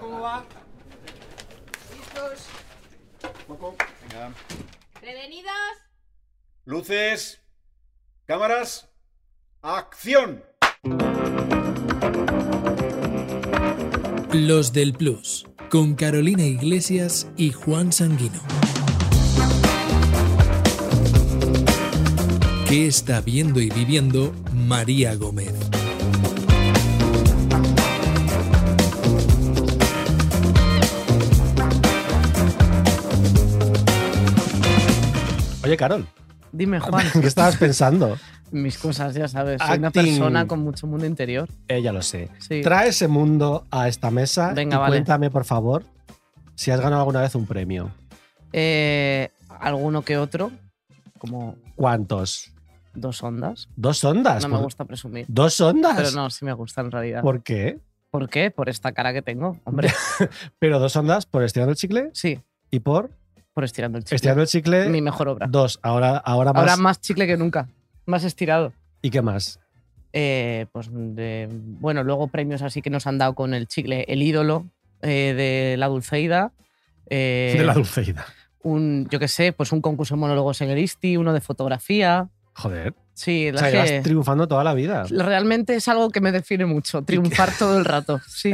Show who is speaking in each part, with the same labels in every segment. Speaker 1: ¿Cómo va?
Speaker 2: ¿Listos?
Speaker 1: Poco. Venga.
Speaker 2: ¿Prevenidos?
Speaker 1: Luces. Cámaras. Acción.
Speaker 3: Los del Plus, con Carolina Iglesias y Juan Sanguino. ¿Qué está viendo y viviendo María Gómez?
Speaker 4: Oye, Carol,
Speaker 5: Dime, Juan,
Speaker 4: ¿qué estabas pensando?
Speaker 5: mis cosas, ya sabes. Soy una
Speaker 4: Acting.
Speaker 5: persona con mucho mundo interior.
Speaker 4: Eh, ya lo sé.
Speaker 5: Sí.
Speaker 4: Trae ese mundo a esta mesa
Speaker 5: Venga,
Speaker 4: y
Speaker 5: vale.
Speaker 4: cuéntame, por favor, si has ganado alguna vez un premio.
Speaker 5: Eh, alguno que otro, como
Speaker 4: ¿Cuántos?
Speaker 5: dos ondas.
Speaker 4: ¿Dos ondas?
Speaker 5: No me
Speaker 4: ¿Por-
Speaker 5: gusta presumir.
Speaker 4: ¿Dos ondas?
Speaker 5: Pero no, sí me gusta en realidad. ¿Por,
Speaker 4: ¿Por qué?
Speaker 5: qué? Por esta cara que tengo. Hombre,
Speaker 4: Pero dos ondas por estirando el chicle
Speaker 5: sí,
Speaker 4: y por
Speaker 5: por estirando el chicle.
Speaker 4: estirando el chicle
Speaker 5: Mi mejor obra.
Speaker 4: dos. Ahora, ahora más.
Speaker 5: Ahora más chicle que nunca. Más estirado.
Speaker 4: ¿Y qué más?
Speaker 5: Eh, pues de- bueno, luego premios así que nos han dado con el chicle, el ídolo eh, de la Dulceida. eh,
Speaker 4: De la dulceida.
Speaker 5: un, yo qué sé, pues un concurso de monólogos en el ISTI, uno de fotografía.
Speaker 4: Joder.
Speaker 5: Sí,
Speaker 4: O
Speaker 5: la
Speaker 4: sea,
Speaker 5: que-
Speaker 4: llevas triunfando toda la vida.
Speaker 5: realmente es algo que me define mucho, triunfar todo el rato. Sí.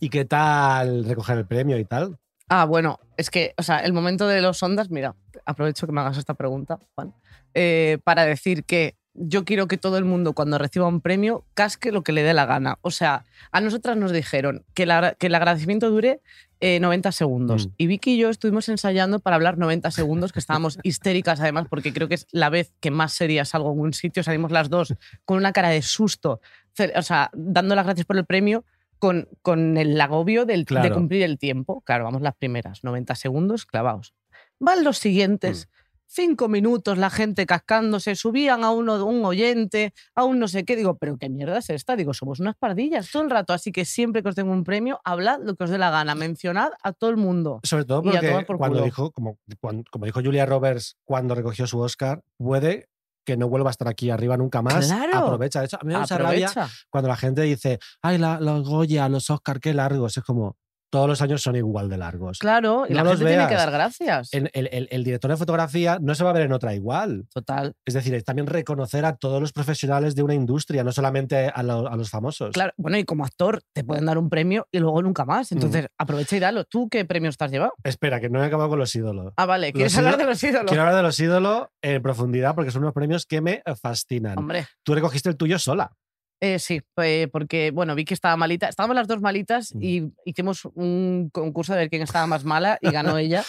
Speaker 4: ¿Y qué tal recoger el premio y tal?
Speaker 5: Ah, bueno, es que, o sea, el momento de los ondas, mira, aprovecho que me hagas esta pregunta, Juan, eh, para decir que yo quiero que todo el mundo cuando reciba un premio casque lo que le dé la gana. O sea, a nosotras nos dijeron que, la- que el agradecimiento dure eh, 90 segundos.
Speaker 4: Mm.
Speaker 5: Y Vicky y yo estuvimos ensayando para hablar 90 segundos, que estábamos histéricas además, porque creo que es la vez que más seria salgo en un sitio, salimos las dos con una cara de susto, ce- o sea, dando las gracias por el premio. Con, con el agobio del, de
Speaker 4: Claro.
Speaker 5: cumplir el tiempo. Claro, vamos las primeras, 90 segundos clavados. Van los siguientes,
Speaker 4: Mm.
Speaker 5: cinco minutos la gente cascándose, subían a uno un oyente, a un no sé qué. Digo, pero qué mierda es esta. Digo, somos unas pardillas todo el rato. Así que siempre que os tengo un premio, hablad lo que os dé la gana, mencionad a todo el mundo.
Speaker 4: Sobre todo
Speaker 5: Y a
Speaker 4: porque
Speaker 5: tomar por
Speaker 4: cuando
Speaker 5: culo.
Speaker 4: dijo, como, cuan- como dijo Julia Roberts cuando recogió su Oscar, puede que no vuelva a estar aquí arriba nunca más.
Speaker 5: Claro.
Speaker 4: Aprovecha. De hecho, a mí me da mucha rabia
Speaker 5: Aprovecha.
Speaker 4: cuando la gente dice, ay, la- los Goya, los Oscar, qué largos. Es como, todos los años son igual de largos.
Speaker 5: Claro, y
Speaker 4: No
Speaker 5: la
Speaker 4: los
Speaker 5: gente tiene que
Speaker 4: veas.
Speaker 5: dar gracias.
Speaker 4: En- El, el- el director de fotografía no se va a ver en otra igual.
Speaker 5: Total.
Speaker 4: Es decir, es también reconocer a todos los profesionales de una industria, no solamente a, lo- a los famosos.
Speaker 5: Claro, bueno, y como actor te pueden dar un premio y luego nunca más. Entonces, aprovecha y dalo. ¿Tú qué premios te has llevado?
Speaker 4: Espera, que no he acabado con los ídolos.
Speaker 5: Ah, vale, ¿quieres
Speaker 4: Los
Speaker 5: hablar
Speaker 4: ídolos-
Speaker 5: de los ídolos?
Speaker 4: Quiero hablar de los ídolos en profundidad porque son unos premios que me fascinan.
Speaker 5: Hombre,
Speaker 4: Tú recogiste el tuyo sola.
Speaker 5: eh, sí, eh, porque, bueno, vi que estaba malita. Estábamos las dos malitas
Speaker 4: Mm.
Speaker 5: y hicimos un concurso de ver quién estaba más mala y ganó ella.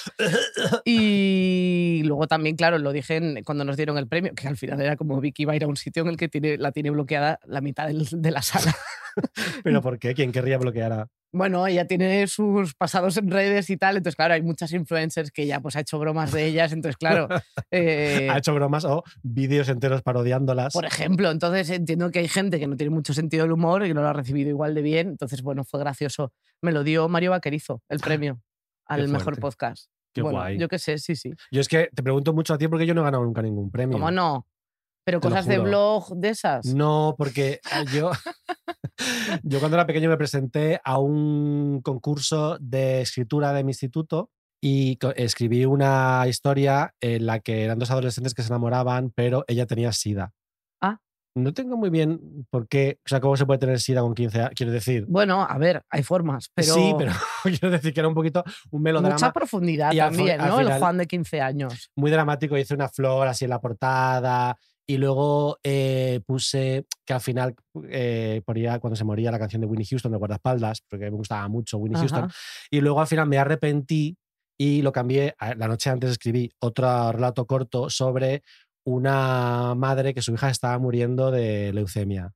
Speaker 5: Y luego también, claro, lo dije en- cuando nos dieron el premio, que al final era como Vicky va a ir a un sitio en el que tiene, la tiene bloqueada la mitad del- de la sala.
Speaker 4: ¿Pero por qué? ¿Quién querría bloquear a.?
Speaker 5: Bueno, ella tiene sus pasados en redes y tal, entonces claro, hay muchas influencers que ya pues ha hecho bromas de ellas, entonces claro, eh,
Speaker 4: Ha hecho bromas o vídeos enteros parodiándolas.
Speaker 5: por ejemplo, entonces entiendo que hay gente que no tiene mucho sentido del humor y que no lo ha recibido igual de bien, entonces bueno, fue gracioso. Me lo dio Mario Vaquerizo, el premio al mejor
Speaker 4: fuerte.
Speaker 5: podcast.
Speaker 4: Qué
Speaker 5: bueno,
Speaker 4: guay. Yo...
Speaker 5: yo qué sé, sí, sí.
Speaker 4: es que te pregunto mucho a ti porque yo no he ganado nunca ningún premio.
Speaker 5: ¿Cómo no? Pero
Speaker 4: Te lo
Speaker 5: cosas de
Speaker 4: juro.
Speaker 5: blog de esas.
Speaker 4: No, porque eh, yo, yo cuando era pequeño me presenté a un concurso de escritura de mi instituto y co- escribí una historia en la que eran dos adolescentes que se enamoraban, pero ella tenía sida.
Speaker 5: Ah.
Speaker 4: No tengo muy bien por qué, o sea, cómo se puede tener sida con 15 años, quiero decir.
Speaker 5: Bueno, a ver, hay formas, pero,
Speaker 4: Sí, pero quiero decir que era un poquito un melodrama
Speaker 5: mucha profundidad
Speaker 4: Y al fin-
Speaker 5: también,
Speaker 4: al
Speaker 5: ¿no?
Speaker 4: final-
Speaker 5: El Juan de 15 años.
Speaker 4: muy dramático. Hice una flor así en la portada y luego eh, puse que al final eh, ponía cuando se moría la canción de Winnie Houston de guardaespaldas, porque me gustaba mucho Winnie Houston.
Speaker 5: Ajá.
Speaker 4: Y luego al final me arrepentí y lo cambié. a- La noche antes escribí otro relato corto sobre una madre que su hija estaba muriendo de leucemia.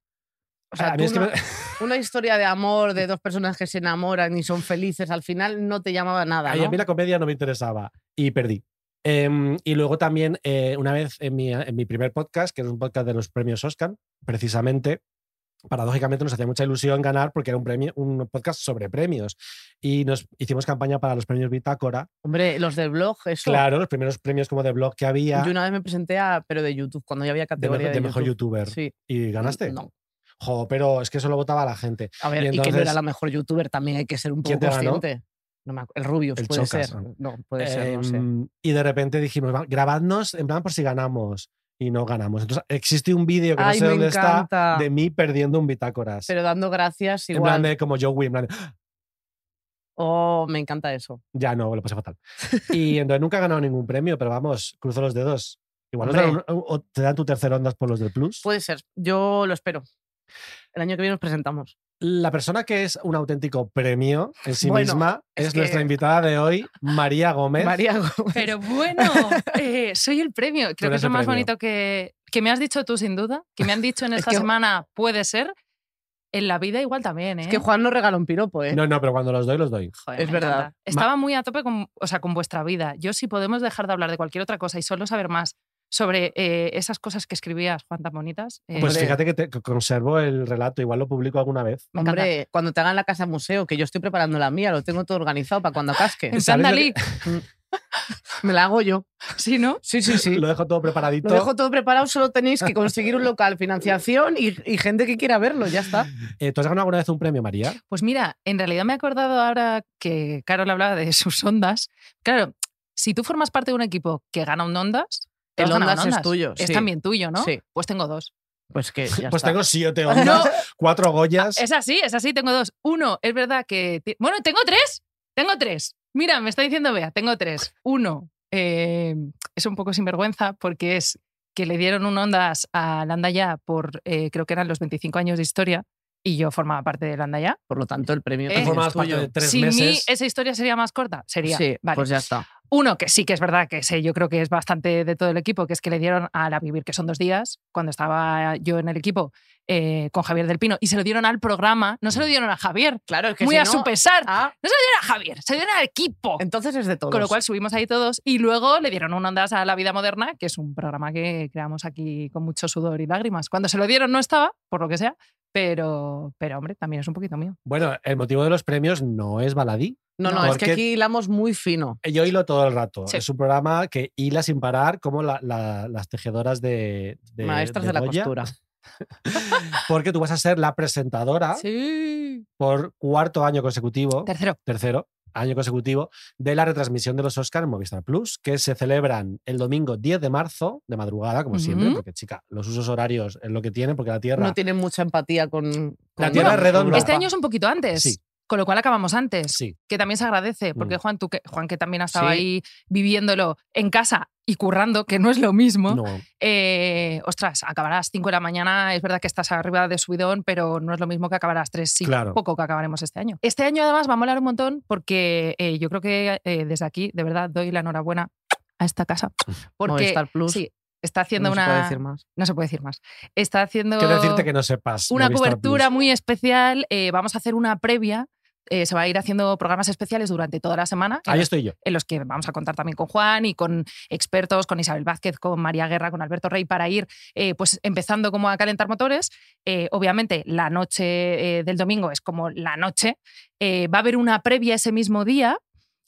Speaker 5: O sea,
Speaker 4: a
Speaker 5: tú
Speaker 4: mí es que
Speaker 5: no-
Speaker 4: me-
Speaker 5: una historia de amor de dos personas que se enamoran y son felices al final no te llamaba nada.
Speaker 4: Ay,
Speaker 5: Ah, ¿no?
Speaker 4: a mí la comedia no me interesaba y perdí. Em, y luego también, eh, una vez en mi, en mi primer podcast, que era un podcast de los premios Oscar, precisamente, paradójicamente nos hacía mucha ilusión ganar porque era un, premio, un podcast sobre premios. Y nos hicimos campaña para los premios Bitácora.
Speaker 5: Hombre, los del blog, eso.
Speaker 4: Claro, los primeros premios como de blog que había
Speaker 5: Yo una vez me presenté a, pero de YouTube, cuando ya había
Speaker 4: de, me-
Speaker 5: categoría de,
Speaker 4: de mejor youtuber.
Speaker 5: Sí.
Speaker 4: ¿Y ganaste?
Speaker 5: No.
Speaker 4: jo, pero es que solo votaba la gente.
Speaker 5: A ver,
Speaker 4: Y
Speaker 5: y, que
Speaker 4: entonces-
Speaker 5: no era la mejor youtuber, también hay que ser un poco
Speaker 4: ¿Quién te ganó?
Speaker 5: consciente. No me acu- el Rubius
Speaker 4: El
Speaker 5: puede
Speaker 4: Chocas,
Speaker 5: ser.
Speaker 4: ¿no?
Speaker 5: No, puede ser, no sé.
Speaker 4: Em, Y de repente dijimos, "Va, grabadnos en plan por si ganamos. Y no ganamos. Entonces, existe un vídeo que
Speaker 5: Ay,
Speaker 4: no sé
Speaker 5: me
Speaker 4: dónde
Speaker 5: encanta.
Speaker 4: está de mí perdiendo un bitácoras.
Speaker 5: Pero dando gracias
Speaker 4: en plan
Speaker 5: igual.
Speaker 4: de como Joey, en plan de,
Speaker 5: Oh, me encanta eso.
Speaker 4: ya no, lo pasé fatal. Y entonces nunca he ganado ningún premio, pero vamos, cruzo los dedos. Igual nos dan
Speaker 5: Hombre. Pues
Speaker 4: un- o te dan tu tercer ondas por los del Plus.
Speaker 5: Puede ser. Yo lo espero. El año que viene nos presentamos.
Speaker 4: La persona que es un auténtico premio en sí
Speaker 5: Bueno,
Speaker 4: misma es,
Speaker 5: es
Speaker 4: nuestra
Speaker 5: que-
Speaker 4: invitada de hoy, María Gómez.
Speaker 5: María Gómez.
Speaker 6: Pero bueno, eh, soy el premio. Creo que
Speaker 4: eres
Speaker 6: es lo
Speaker 4: el
Speaker 6: más
Speaker 4: premio.
Speaker 6: bonito que, que me has dicho tú, sin duda. Que me han dicho en
Speaker 5: Es
Speaker 6: esta
Speaker 5: que-
Speaker 6: semana, puede ser. En la vida igual también, ¿eh?
Speaker 5: Es que Juan nos regaló un piropo, ¿eh?
Speaker 4: No, no, pero cuando los doy, los doy.
Speaker 6: Joder,
Speaker 5: es
Speaker 6: me
Speaker 5: verdad.
Speaker 6: encanta. Estaba muy a tope con, o sea, con vuestra vida. Yo si podemos dejar de hablar de cualquier otra cosa y solo saber más sobre eh, esas cosas que escribías, Juan, tan bonitas. eh,
Speaker 4: Pues
Speaker 5: Hombre.
Speaker 4: fíjate que, te- que conservo el relato, igual lo publico alguna vez.
Speaker 6: me encanta.
Speaker 5: Hombre, cuando te hagan la casa museo, que yo estoy preparando la mía, lo tengo todo organizado para cuando casque.
Speaker 6: En plan
Speaker 4: ¿sabes lo
Speaker 6: Dalí,
Speaker 5: Me la hago yo.
Speaker 6: ¿sí, no?
Speaker 5: Sí, sí, sí.
Speaker 4: Lo dejo todo preparadito.
Speaker 5: Lo dejo todo preparado, solo tenéis que conseguir un local, financiación y, y gente que quiera verlo, ya está.
Speaker 4: Eh, ¿Tú has ganado alguna vez un premio, María?
Speaker 5: Eh,
Speaker 6: Pues mira, en realidad me he acordado ahora que Carol hablaba de sus ondas. Claro, si tú formas parte de un equipo que gana un ondas, tú
Speaker 5: El
Speaker 6: has ganado
Speaker 5: Ondas
Speaker 6: un
Speaker 5: es tuyo,
Speaker 6: Es
Speaker 5: sí.
Speaker 6: también tuyo, ¿no?
Speaker 5: Sí.
Speaker 6: Pues tengo dos.
Speaker 5: Pues que ya
Speaker 4: pues
Speaker 5: está. Ah,
Speaker 4: tengo siete ondas, cuatro Goyas.
Speaker 6: Es así, es así, tengo dos. Uno, es verdad que. ti- Bueno, tengo tres. Tengo tres. Mira, me está diciendo Bea, tengo tres. Uno, eh, es un poco sinvergüenza porque es que le dieron un Ondas a Landaya por, eh, creo que eran los 25 años de historia y yo formaba parte de Landaya.
Speaker 5: Por lo tanto, el premio
Speaker 4: Tú
Speaker 6: Eh,
Speaker 5: también
Speaker 4: formabas
Speaker 5: es tuyo.
Speaker 4: parte de tres
Speaker 6: Sin mí,
Speaker 4: meses.
Speaker 6: esa historia sería más corta. Sería.
Speaker 5: Sí,
Speaker 6: vale.
Speaker 5: pues ya está.
Speaker 6: Uno que sí que es verdad que sé, yo creo que es bastante de todo el equipo, que es que le dieron a la Vivir, que son dos días, cuando estaba yo en el equipo eh, con Javier del Pino, y se lo dieron al programa, no se lo dieron a Javier,
Speaker 5: Claro, es Mm. que
Speaker 6: muy
Speaker 5: si
Speaker 6: a
Speaker 5: no-
Speaker 6: su pesar,
Speaker 5: Ah,
Speaker 6: no era Javier, se lo dieron al equipo.
Speaker 5: entonces es de todos.
Speaker 6: Con lo cual subimos ahí todos y luego le dieron un Ondas a La Vida Moderna, que es un programa que creamos aquí con mucho sudor y lágrimas. Cuando se lo dieron no estaba, por lo que sea, pero, pero hombre, también es un poquito mío.
Speaker 4: Bueno, el motivo de los premios no es baladí.
Speaker 5: No, no,
Speaker 4: No.
Speaker 5: es que
Speaker 4: Porque-
Speaker 5: aquí hilamos muy fino.
Speaker 4: eh, Yo hilo todo el rato.
Speaker 6: Sí.
Speaker 4: Es un programa que hila sin parar, como la- la- las tejedoras de, de-
Speaker 5: Maestras de, la
Speaker 4: Goya,
Speaker 5: costura.
Speaker 4: Porque tú vas a ser la presentadora
Speaker 6: Sí.
Speaker 4: por cuarto año consecutivo,
Speaker 6: Tercero,
Speaker 4: tercero año consecutivo, de la retransmisión de los Oscars en Movistar Plus, que se celebran el domingo 10 de marzo, de madrugada, como siempre,
Speaker 6: Ujú.
Speaker 4: porque, chica, los usos horarios es lo que tiene, porque la Tierra...
Speaker 5: No tienen mucha empatía con.
Speaker 4: La
Speaker 5: con-
Speaker 4: tierra es
Speaker 5: con
Speaker 4: redonda.
Speaker 6: este
Speaker 5: Europa.
Speaker 6: año es un poquito antes.
Speaker 4: Sí.
Speaker 6: Con lo cual acabamos antes.
Speaker 4: Sí,
Speaker 6: que también se agradece, porque
Speaker 4: Mm.
Speaker 6: Juan, tú que, Juan, que también ha estado
Speaker 5: Sí.
Speaker 6: ahí viviéndolo en casa y currando, que no es lo mismo,
Speaker 4: no.
Speaker 6: eh, ostras, acabar a las 5 de la mañana, es verdad que estás arriba de subidón, pero no es lo mismo que acabar a las 3, sí,
Speaker 4: Claro.
Speaker 6: poco que acabaremos este año. Este año además va a molar un montón porque eh, yo creo que eh, desde aquí, de verdad, doy la enhorabuena a esta casa. Porque
Speaker 5: Movistar Plus.
Speaker 6: sí, está haciendo
Speaker 5: no se
Speaker 6: una...
Speaker 5: puede decir más.
Speaker 6: No se puede decir más. Está haciendo
Speaker 4: Quiero decirte que no sepas.
Speaker 6: una
Speaker 4: Movistar
Speaker 6: cobertura
Speaker 4: Plus.
Speaker 6: muy especial. eh, vamos a hacer una previa. eh, se va a ir haciendo programas especiales durante toda la semana. en
Speaker 4: Ahí
Speaker 6: los-
Speaker 4: estoy yo.
Speaker 6: en los que vamos a contar también con Juan y con expertos, con Isabel Vázquez, con María Guerra, con Alberto Rey, para ir eh, pues empezando como a calentar motores. Eh, obviamente la noche eh, del domingo es como la noche. Eh, va a haber una previa ese mismo día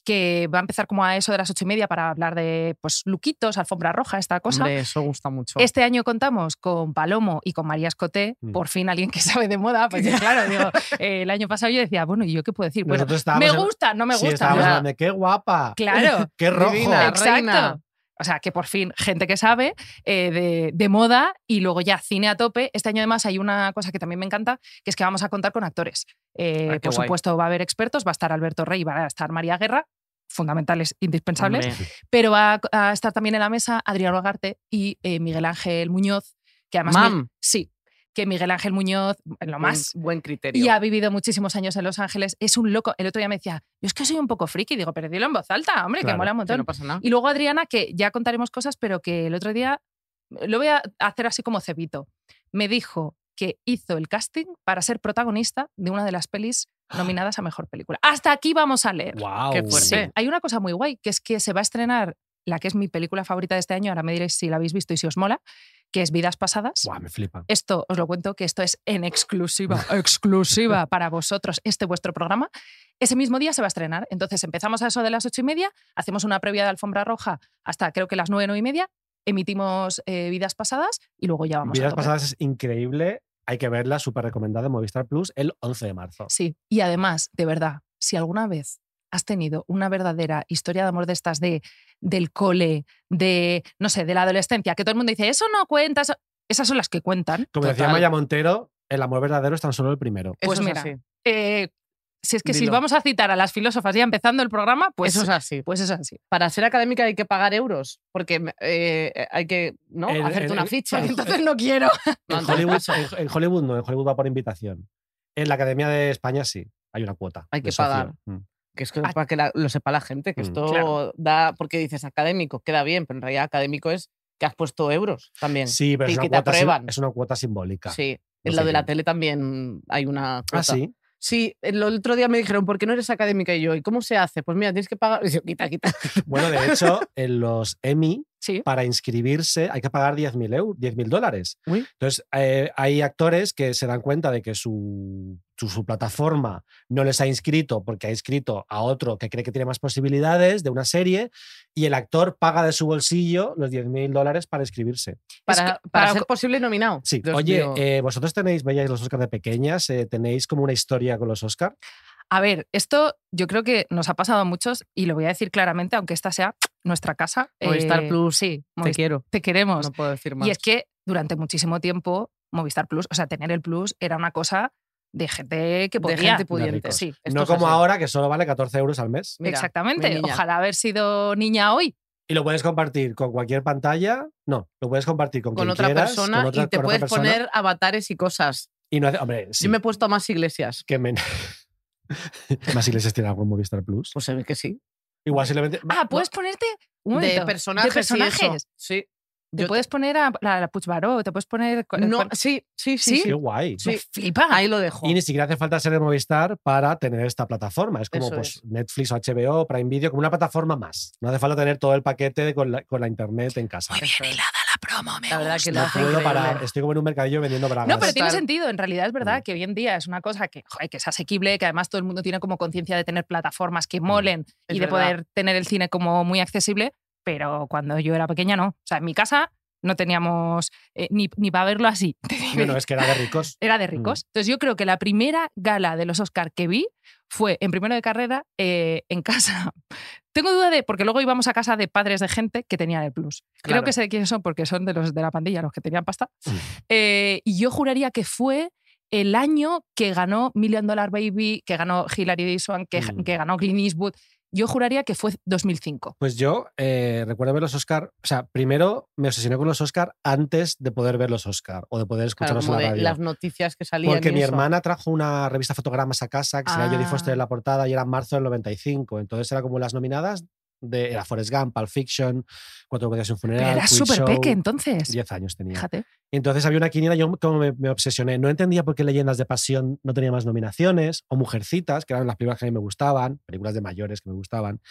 Speaker 6: que va a empezar como a eso de las ocho y media para hablar de pues luquitos, alfombra roja, esta cosa.
Speaker 5: Hombre, eso gusta mucho.
Speaker 6: Este año contamos con Palomo y con María Escoté,
Speaker 4: Mm.
Speaker 6: por fin alguien que sabe de moda, porque claro, digo, eh, el año pasado yo decía, bueno, ¿y yo qué puedo decir? Bueno,
Speaker 4: Nosotros estábamos
Speaker 6: me
Speaker 4: en-
Speaker 6: gusta, no me
Speaker 4: Sí,
Speaker 6: gusta.
Speaker 4: estábamos
Speaker 6: Ya.
Speaker 4: hablando de qué guapa,
Speaker 6: Claro,
Speaker 4: qué rojo.
Speaker 5: Divina.
Speaker 6: exacto.
Speaker 5: reina.
Speaker 6: O sea, que por fin gente que sabe eh, de, de moda y luego ya cine a tope. Este año además hay una cosa que también me encanta, que es que vamos a contar con actores. Eh,
Speaker 5: Ah, qué
Speaker 6: por
Speaker 5: guay.
Speaker 6: supuesto va a haber expertos, va a estar Alberto Rey, va a estar María Guerra, fundamentales, indispensables
Speaker 5: Hombre,
Speaker 6: pero va a- a estar también en la mesa Adrián Ogarte y eh, Miguel Ángel Muñoz, que además...
Speaker 5: Mam.
Speaker 6: Mi- sí, que Miguel Ángel Muñoz, en lo
Speaker 5: buen-
Speaker 6: más...
Speaker 5: Buen, criterio.
Speaker 6: Y ha vivido muchísimos años en Los Ángeles. Es un loco. El otro día me decía, yo es que soy un poco friki. Digo, pero dilo en voz alta, hombre,
Speaker 4: Claro,
Speaker 6: que mola un
Speaker 5: Que
Speaker 6: montón.
Speaker 5: no pasa nada.
Speaker 6: Y luego Adriana, que ya contaremos cosas, pero que el otro día lo voy a hacer así como cebito. Me dijo que hizo el casting para ser protagonista de una de las pelis nominadas a mejor película. Hasta aquí vamos a leer.
Speaker 4: Wow.
Speaker 5: Qué fuerte.
Speaker 6: Sí. Pues Hay una cosa muy guay, que es que se va a estrenar la que es mi película favorita de este año, ahora me diréis si la habéis visto y si os mola, que es Vidas Pasadas.
Speaker 4: Guau, me flipa.
Speaker 6: Esto os lo cuento, que esto es en exclusiva, exclusiva para vosotros, este vuestro programa. Ese mismo día se va a estrenar. Entonces empezamos a eso de las ocho y media, hacemos una previa de alfombra roja hasta creo que las nueve, nueve y media, emitimos eh, Vidas Pasadas y luego ya vamos a
Speaker 4: Vidas
Speaker 6: tope.
Speaker 4: pasadas es increíble. hay que verla, súper recomendada en Movistar Plus el 11 de marzo.
Speaker 6: Sí, y además, de verdad, si alguna vez has tenido una verdadera historia de amor de estas de del cole, de no sé, de la adolescencia, que todo el mundo dice, eso no cuenta, eso-". esas son las que cuentan.
Speaker 4: Como decía
Speaker 5: Total.
Speaker 4: Maya Montero, el amor verdadero es tan solo el primero.
Speaker 6: Pues
Speaker 5: Eso es
Speaker 6: mira,
Speaker 5: así.
Speaker 6: Eh, si es que si
Speaker 5: Dilo.
Speaker 6: vamos a citar a las filósofas ya empezando el programa, pues
Speaker 5: eso es así.
Speaker 6: pues es así.
Speaker 5: Para ser académica hay que pagar euros, porque eh, hay que, ¿no?
Speaker 4: El-
Speaker 5: Hacerte
Speaker 4: el-
Speaker 5: una
Speaker 4: el-
Speaker 5: ficha.
Speaker 4: el-
Speaker 5: Entonces,
Speaker 6: Entonces no quiero.
Speaker 5: no,
Speaker 4: en,
Speaker 5: entonces
Speaker 4: Hollywood, en- en Hollywood no, en Hollywood va por invitación. En la Academia de España sí, hay una cuota.
Speaker 5: Hay
Speaker 4: de
Speaker 5: que
Speaker 4: socio.
Speaker 5: pagar.
Speaker 4: Mm.
Speaker 5: que es que para que la- lo sepa la gente, que
Speaker 4: Mm,
Speaker 5: esto
Speaker 6: claro.
Speaker 5: da, porque dices académico, queda bien, pero en realidad académico es que has puesto euros también. Sí,
Speaker 4: Sí, pero
Speaker 5: Y
Speaker 4: es una,
Speaker 5: que te
Speaker 4: cuota, sim-
Speaker 5: aprueban.
Speaker 4: es una cuota simbólica. No
Speaker 5: en lo
Speaker 4: sé
Speaker 5: de
Speaker 4: qué.
Speaker 5: la tele también hay una cuota.
Speaker 4: Ah, sí.
Speaker 5: Sí, el otro día me dijeron, ¿por qué no eres académica? Y yo, ¿y cómo se hace? Pues mira, tienes que pagar. Y yo, quita, quita.
Speaker 4: Bueno, de hecho, en los Emmy,
Speaker 6: Sí.
Speaker 4: para inscribirse hay que pagar 10.000 euros, 10.000 dólares.
Speaker 5: Uy.
Speaker 4: Entonces, eh, hay actores que se dan cuenta de que su, su, su plataforma no les ha inscrito porque ha inscrito a otro que cree que tiene más posibilidades de una serie y el actor paga de su bolsillo los 10.000 dólares para inscribirse.
Speaker 5: Para, para
Speaker 6: que- para-
Speaker 5: ser posible nominado.
Speaker 4: Sí,
Speaker 5: Dios
Speaker 4: oye,
Speaker 5: mío.
Speaker 4: eh, vosotros tenéis, veíais los Oscars de pequeñas, eh, tenéis como una historia con los Oscars.
Speaker 6: A ver, esto yo creo que nos ha pasado a muchos y lo voy a decir claramente, aunque esta sea nuestra casa. eh,
Speaker 5: Movistar Plus,
Speaker 6: sí,
Speaker 5: te
Speaker 6: Movistar-
Speaker 5: quiero.
Speaker 6: te queremos.
Speaker 5: No puedo decir más.
Speaker 6: Y es que durante muchísimo tiempo Movistar Plus, o sea, tener el Plus era una cosa de gente que
Speaker 5: De
Speaker 6: podía.
Speaker 5: gente pudiente.
Speaker 4: ricos.
Speaker 6: Sí,
Speaker 5: Esto
Speaker 4: No
Speaker 5: es
Speaker 4: como
Speaker 5: así.
Speaker 4: ahora que solo vale 14 euros al mes.
Speaker 5: Mira, mi
Speaker 6: exactamente.
Speaker 5: niña.
Speaker 6: Ojalá haber sido niña hoy.
Speaker 4: Y lo puedes compartir con cualquier pantalla. No, lo puedes compartir con,
Speaker 5: Con
Speaker 4: quien
Speaker 5: otra
Speaker 4: quieras,
Speaker 5: persona
Speaker 4: con otra-
Speaker 5: y te
Speaker 4: con otra
Speaker 5: puedes
Speaker 4: persona.
Speaker 5: poner avatares y cosas.
Speaker 4: Y no hace- hombre, sí,
Speaker 5: Yo me he puesto a más iglesias.
Speaker 4: que men- Más iglesias tiene algo en Movistar Plus.
Speaker 5: Pues se ve que sí.
Speaker 4: Igual simplemente.
Speaker 6: Ah, puedes ponerte un momento,
Speaker 5: de personajes.
Speaker 6: de
Speaker 5: y eso.
Speaker 6: personajes.
Speaker 5: Sí.
Speaker 6: Te
Speaker 5: Yo-
Speaker 6: puedes poner a la, la Puigbaró, te puedes poner. cu-
Speaker 5: No,
Speaker 6: cual-
Speaker 5: sí, sí, sí.
Speaker 6: ¿Sí?
Speaker 5: sí.
Speaker 4: Qué guay.
Speaker 5: sí.
Speaker 6: Me flipa.
Speaker 5: Ahí lo dejo.
Speaker 4: Y ni siquiera hace falta ser de Movistar para tener esta plataforma. Es como
Speaker 5: Eso
Speaker 4: pues,
Speaker 5: es.
Speaker 4: Netflix o HBO, Prime Video, como una plataforma más. No hace falta tener todo el paquete de- con, la, con la internet en casa.
Speaker 6: Muy bien hilada la promo, me
Speaker 5: La verdad que
Speaker 6: gusta.
Speaker 5: lo
Speaker 4: No
Speaker 5: hace
Speaker 4: puedo
Speaker 5: increíble.
Speaker 4: parar. Estoy como en un mercadillo vendiendo bragas.
Speaker 6: No, pero tiene
Speaker 5: Total.
Speaker 6: sentido. En realidad es verdad que hoy en día es una cosa que, joder, que es asequible, que además todo el mundo tiene como conciencia de tener plataformas que molen
Speaker 5: Es
Speaker 6: y de
Speaker 5: verdad.
Speaker 6: poder tener el cine como muy accesible, pero cuando yo era pequeña no. O sea, en mi casa no teníamos eh, ni, ni para verlo así. te diré.
Speaker 4: Bueno, es que era de ricos.
Speaker 6: Era de ricos. Entonces yo creo que la primera gala de los Oscar que vi fue en primero de carrera eh, en casa. Tengo duda de, porque luego íbamos a casa de padres de gente que tenían el plus. Creo
Speaker 5: Claro.
Speaker 6: que sé de quiénes son porque son de los de la pandilla, los que tenían pasta. Eh, y yo juraría que fue el año que ganó Million Dollar Baby, que ganó Hillary Swank, que,
Speaker 4: Mm.
Speaker 6: que ganó Clint Eastwood. Yo juraría que fue 2005.
Speaker 4: Pues yo eh, recuerdo ver los Oscar. O sea, primero me obsesioné con los Oscar antes de poder ver los Oscar o de poder
Speaker 5: Claro,
Speaker 4: escucharlos
Speaker 5: como
Speaker 4: en
Speaker 5: de
Speaker 4: la radio.
Speaker 5: las noticias que salían.
Speaker 4: Porque
Speaker 5: y
Speaker 4: mi
Speaker 5: eso.
Speaker 4: hermana trajo una revista fotogramas a casa que sería Jodie
Speaker 6: Ah.
Speaker 4: Foster en la portada y era en marzo del 95. Entonces era como las nominadas de era Forrest Gump, Pulp Fiction, Cuatro Botellas y un
Speaker 6: Pero
Speaker 4: Funeral.
Speaker 6: era
Speaker 4: Quiz
Speaker 6: súper
Speaker 4: Show.
Speaker 6: peque entonces.
Speaker 4: 10 años tenía.
Speaker 6: Fíjate.
Speaker 4: Y entonces había una quiniela, yo como me, me obsesioné. No entendía por qué Leyendas de Pasión no tenía más nominaciones, o Mujercitas, que eran las películas que a mí me gustaban, películas de mayores que me gustaban.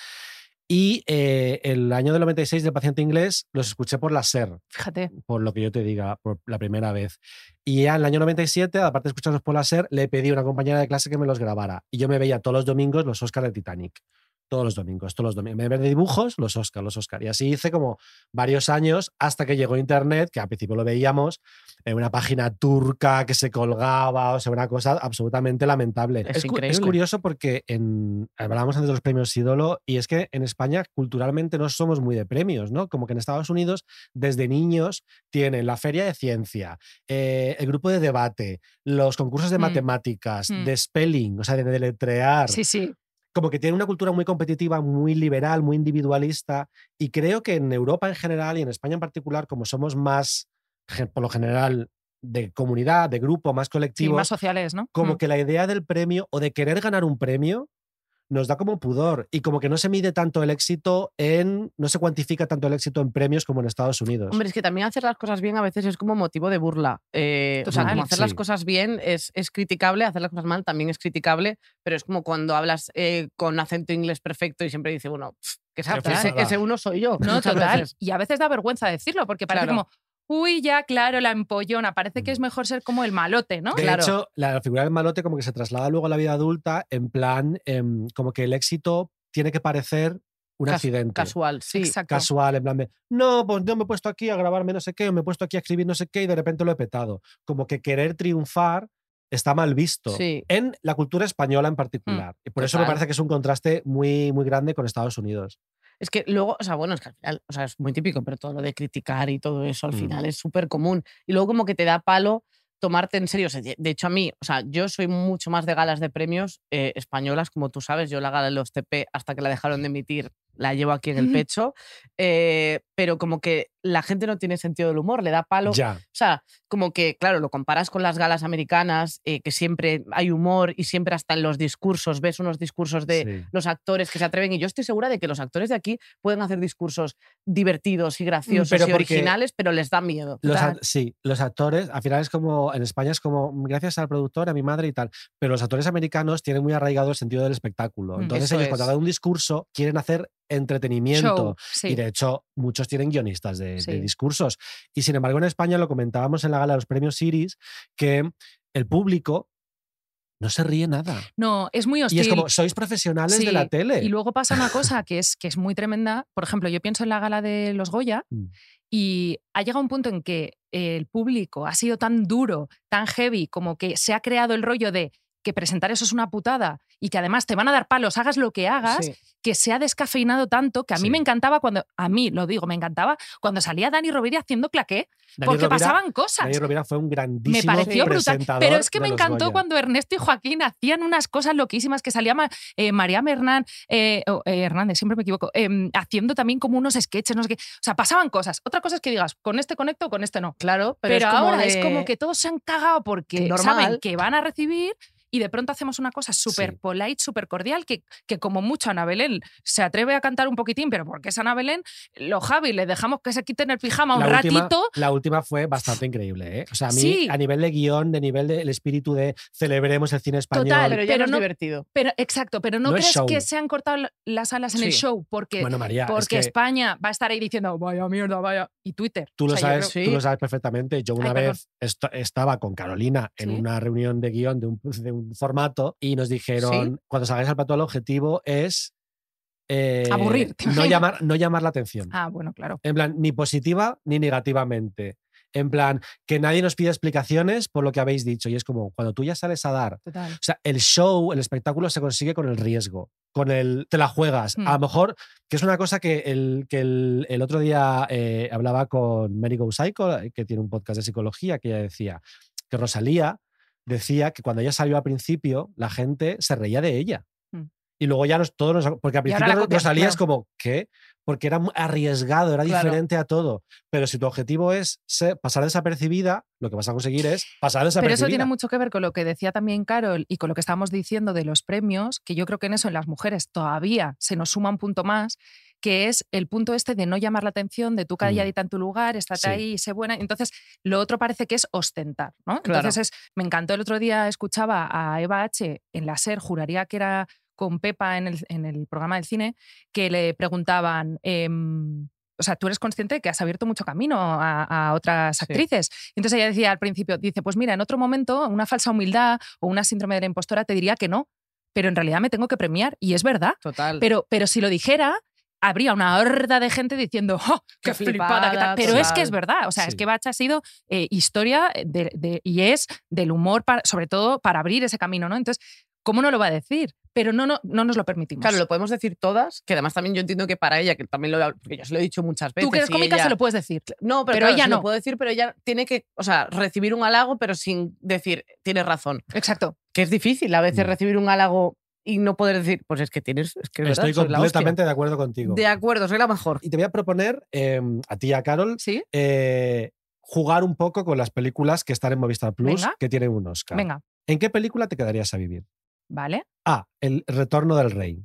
Speaker 4: Y eh, el año del 96 de Paciente Inglés los escuché por la SER,
Speaker 6: Fíjate.
Speaker 4: por lo que yo te diga, por la primera vez. Y ya en el año 97, aparte de escucharlos por la SER, le pedí a una compañera de clase que me los grabara. Y yo me veía todos los domingos los Oscars de Titanic. Todos los domingos, todos los domingos. En vez de ver dibujos, los Oscars, los Oscars. Y así hice como varios años hasta que llegó Internet, que al principio lo veíamos, en una página turca que se colgaba, o sea, una cosa absolutamente lamentable.
Speaker 5: Es
Speaker 4: cu-
Speaker 5: increíble.
Speaker 4: curioso porque en, hablábamos antes de los premios ídolo y es que en España culturalmente no somos muy de premios, ¿no? Como que en Estados Unidos desde niños tienen la feria de ciencia, eh, el grupo de debate, los concursos de
Speaker 6: Mm.
Speaker 4: matemáticas,
Speaker 6: Mm.
Speaker 4: de spelling, o sea, de deletrear
Speaker 6: Sí, sí.
Speaker 4: como que tiene una cultura muy competitiva, muy liberal, muy individualista. Y creo que en Europa en general y en España en particular, como somos más, gen- por lo general, de comunidad, de grupo, más
Speaker 6: Sí,
Speaker 4: colectivos,
Speaker 6: más sociales, ¿no?
Speaker 4: como
Speaker 6: Mm.
Speaker 4: que la idea del premio o de querer ganar un premio nos da como pudor y como que no se mide tanto el éxito en, no se cuantifica tanto el éxito en premios como en Estados Unidos.
Speaker 5: Hombre, es que también hacer las cosas bien a veces es como motivo de burla. Eh, o sea,
Speaker 4: Total.
Speaker 5: como hacer las
Speaker 4: Sí.
Speaker 5: cosas bien es, es criticable, hacer las cosas mal también es criticable, pero es como cuando hablas eh, con acento inglés perfecto y siempre dice, bueno, pff, que esa-
Speaker 4: Qué
Speaker 5: ese,
Speaker 4: pasada.
Speaker 5: ese uno soy yo.
Speaker 6: No,
Speaker 5: muchas
Speaker 6: total.
Speaker 5: veces.
Speaker 6: Y a veces da vergüenza decirlo, porque parece
Speaker 5: Claro.
Speaker 6: como, uy, ya, claro, la empollona. Parece que es
Speaker 4: Mm.
Speaker 6: mejor ser como el malote, ¿no?
Speaker 4: De
Speaker 5: Claro.
Speaker 4: hecho, la figura del malote como que se traslada luego a la vida adulta en plan, em, como que el éxito tiene que parecer un
Speaker 5: Cas-
Speaker 4: accidente.
Speaker 5: Casual, sí.
Speaker 6: Exacto.
Speaker 4: casual, en plan de, no, pues yo me he puesto aquí a grabarme no sé qué, o me he puesto aquí a escribir no sé qué y de repente lo he petado. Como que querer triunfar está mal visto
Speaker 5: Sí. Mm,
Speaker 4: en la cultura española en particular. y por eso me
Speaker 6: total.
Speaker 4: parece que es un contraste muy, muy grande con Estados Unidos.
Speaker 5: Es que luego, o sea, bueno, es que al final, o sea, es muy típico, pero todo lo de criticar y todo eso al
Speaker 4: Mm.
Speaker 5: final es súper común. Y luego como que te da palo tomarte en serio. O sea, de de hecho, a mí, o sea, yo soy mucho más de galas de premios eh, españolas, como tú sabes, yo la gala de los TP hasta que la dejaron de emitir la llevo aquí en el
Speaker 6: Ujú.
Speaker 5: pecho, eh, pero como que la gente no tiene sentido del humor, le da palo
Speaker 4: Ya,
Speaker 5: o sea, como que, claro, lo comparas con las galas americanas, eh, que siempre hay humor y siempre hasta en los discursos, ves unos discursos de
Speaker 4: sí.
Speaker 5: los actores que se atreven. Y yo estoy segura de que los actores de aquí pueden hacer discursos divertidos y graciosos
Speaker 4: Mm, pero
Speaker 5: y
Speaker 4: porque-
Speaker 5: originales, pero les da miedo.
Speaker 4: Los
Speaker 5: Total.
Speaker 4: act- sí, los actores, al final es como, en España es como, "Mm, gracias al productor, a mi madre y tal, pero los actores americanos tienen muy arraigado el sentido del espectáculo.
Speaker 6: Mm.
Speaker 4: Entonces
Speaker 5: Eso
Speaker 4: ellos cuando
Speaker 5: es.
Speaker 4: dan un discurso quieren hacer entretenimiento.
Speaker 6: Show, sí.
Speaker 4: Y de hecho, muchos tienen guionistas de, de
Speaker 6: Sí.
Speaker 4: discursos. Y sin embargo, en España lo comentábamos en la gala de los premios Iris, que el público no se ríe nada.
Speaker 6: No, es muy hostil.
Speaker 4: Y es como, sois profesionales de la
Speaker 6: Sí,
Speaker 4: tele.
Speaker 6: Y luego pasa una cosa que es, que es muy tremenda. Por ejemplo, yo pienso en la gala de los Goya
Speaker 4: Mm.
Speaker 6: y ha llegado un punto en que el público ha sido tan duro, tan heavy, como que se ha creado el rollo de que presentar eso es una putada y que además te van a dar palos, hagas lo que hagas,
Speaker 5: Sí.
Speaker 6: que se ha descafeinado tanto que a mí
Speaker 4: Sí.
Speaker 6: me encantaba cuando, a mí lo digo, me encantaba cuando salía Dani Rovira haciendo claqué,
Speaker 4: Daniel
Speaker 6: porque
Speaker 4: Rovira-
Speaker 6: pasaban cosas.
Speaker 4: Daniel Rovira fue un grandísimo
Speaker 6: Me pareció brutal.
Speaker 4: presentador
Speaker 6: Pero es que
Speaker 4: de
Speaker 6: me
Speaker 4: los
Speaker 6: encantó
Speaker 4: Goya.
Speaker 6: cuando Ernesto y Joaquín hacían unas cosas loquísimas que salía Ma- eh, María Hernán, eh, oh, eh, Hernández, siempre me equivoco, em, haciendo también como unos sketches, no sé qué. O sea, pasaban cosas. Otra cosa es que digas, con este conecto, con este no.
Speaker 5: Claro, pero,
Speaker 6: Pero,
Speaker 5: es como
Speaker 6: ahora es
Speaker 5: de-
Speaker 6: como que todos se han cagado porque
Speaker 5: Normal.
Speaker 6: saben que van a recibir. Y de pronto hacemos una cosa súper
Speaker 4: Sí.
Speaker 6: polite, súper cordial, que, que como mucho Ana Belén se atreve a cantar un poquitín, pero porque es Ana Belén, lo Javi le dejamos que se quiten el pijama un
Speaker 4: la
Speaker 6: ratito.
Speaker 4: última, la última fue bastante increíble. ¿eh? O sea, a mí,
Speaker 6: Sí.
Speaker 4: a nivel de guión, de nivel del espíritu de celebremos el cine español.
Speaker 6: Total,
Speaker 5: Pero ya
Speaker 6: pero
Speaker 5: no es
Speaker 6: no-
Speaker 5: divertido.
Speaker 6: Pero exacto, pero no,
Speaker 4: No es
Speaker 6: crees
Speaker 4: show.
Speaker 6: que se han cortado la- las alas en el
Speaker 5: Sí.
Speaker 6: show porque,
Speaker 4: bueno, María, es
Speaker 6: porque
Speaker 4: que
Speaker 6: España va a estar ahí diciendo vaya mierda, vaya. Y Twitter.
Speaker 4: Tú
Speaker 6: O
Speaker 4: lo,
Speaker 6: sea, yo
Speaker 4: sabes,
Speaker 5: creo-
Speaker 4: tú lo
Speaker 5: Sí.
Speaker 4: sabes perfectamente. Yo una
Speaker 6: Ay, perdón.
Speaker 4: vez esto- estaba con Carolina en
Speaker 6: Sí.
Speaker 4: una reunión de guión de un, de un formato y nos dijeron, cuando salgáis al plató, el objetivo es... eh,
Speaker 6: Aburrir, ¿te
Speaker 4: No
Speaker 6: imaginas?
Speaker 4: llamar, no llamar la atención.
Speaker 6: creo- Ah, bueno, claro.
Speaker 4: En plan, ni positiva ni negativamente. En plan, que nadie nos pida explicaciones por lo que habéis dicho. Y es como, cuando tú ya sales a dar
Speaker 6: Total.
Speaker 4: o sea, el show, el espectáculo se consigue con el riesgo, con el te la juegas.
Speaker 6: Mm.
Speaker 4: A lo mejor, que es una cosa que el, que el, el otro día eh, hablaba con Mary Go Psycho, eh, que tiene un podcast de psicología, que ella decía que Rosalía decía que cuando ella salió al principio, la gente se reía de ella.
Speaker 6: Mm.
Speaker 4: Y luego ya nos, todos nos. Porque al
Speaker 6: Y ahora la
Speaker 4: principio Ro-
Speaker 6: copias,
Speaker 4: Rosalía es
Speaker 6: claro.
Speaker 4: como, ¿qué? Porque era mu- arriesgado, era
Speaker 5: Claro.
Speaker 4: diferente a todo. Pero si tu objetivo es ser- pasar desapercibida, lo que vas a conseguir es pasar desapercibida.
Speaker 6: Pero eso tiene mucho que ver con lo que decía también Carol y con lo que estábamos diciendo de los premios, que yo creo que en eso en las mujeres todavía se nos suma un punto más, que es el punto este de no llamar la atención, de tú calladita en tu lugar, estate
Speaker 4: Sí.
Speaker 6: ahí, sé buena. Entonces, lo otro parece que es ostentar, ¿no?
Speaker 5: Claro.
Speaker 6: Entonces, es- me encantó el otro día, escuchaba a Eva H. en la SER, juraría que era con Pepa en el, en el programa del cine, que le preguntaban... em, o sea, tú eres consciente de que has abierto mucho camino a, a otras
Speaker 5: Sí.
Speaker 6: actrices. Entonces ella decía al principio, dice, pues mira, en otro momento, una falsa humildad o una síndrome de la impostora te diría que no, pero en realidad me tengo que premiar y es verdad.
Speaker 5: Total.
Speaker 6: Pero, pero si lo dijera, habría una horda de gente diciendo, "Oh, qué,
Speaker 5: Qué
Speaker 6: flipada! qué
Speaker 5: flipada,
Speaker 6: tal". Pero es
Speaker 5: total.
Speaker 6: que es verdad. O sea, es
Speaker 4: Sí.
Speaker 6: que Bach ha sido eh, historia de- de- y es del humor, para- sobre todo para abrir ese camino, ¿no? Entonces, ¿cómo no lo va a decir? Pero no, no, no nos lo permitimos.
Speaker 5: Claro, lo podemos decir todas, que además también yo entiendo que para ella, que también lo, porque yo se lo he dicho muchas veces.
Speaker 6: Tú que eres
Speaker 5: y
Speaker 6: cómica
Speaker 5: ella-
Speaker 6: se lo puedes decir.
Speaker 5: No, pero,
Speaker 6: Pero
Speaker 5: claro,
Speaker 6: ella
Speaker 5: se lo
Speaker 6: no.
Speaker 5: puedo decir, pero ella tiene que, o sea, recibir un halago, pero sin decir, tienes razón.
Speaker 6: Exacto.
Speaker 5: que es difícil a veces
Speaker 4: Mm.
Speaker 5: recibir un halago y no poder decir, pues es que tienes, es que es verdad,
Speaker 4: Estoy
Speaker 5: soy la hostia".
Speaker 4: completamente de acuerdo contigo.
Speaker 5: De acuerdo, soy la mejor.
Speaker 4: Y te voy a proponer eh, a ti y a Carol
Speaker 6: Sí.
Speaker 4: eh, jugar un poco con las películas que están en Movistar Plus,
Speaker 6: Venga.
Speaker 4: que tienen un Oscar.
Speaker 6: Venga,
Speaker 4: ¿En qué película te quedarías a vivir?
Speaker 6: vale.
Speaker 4: A. El Retorno del Rey.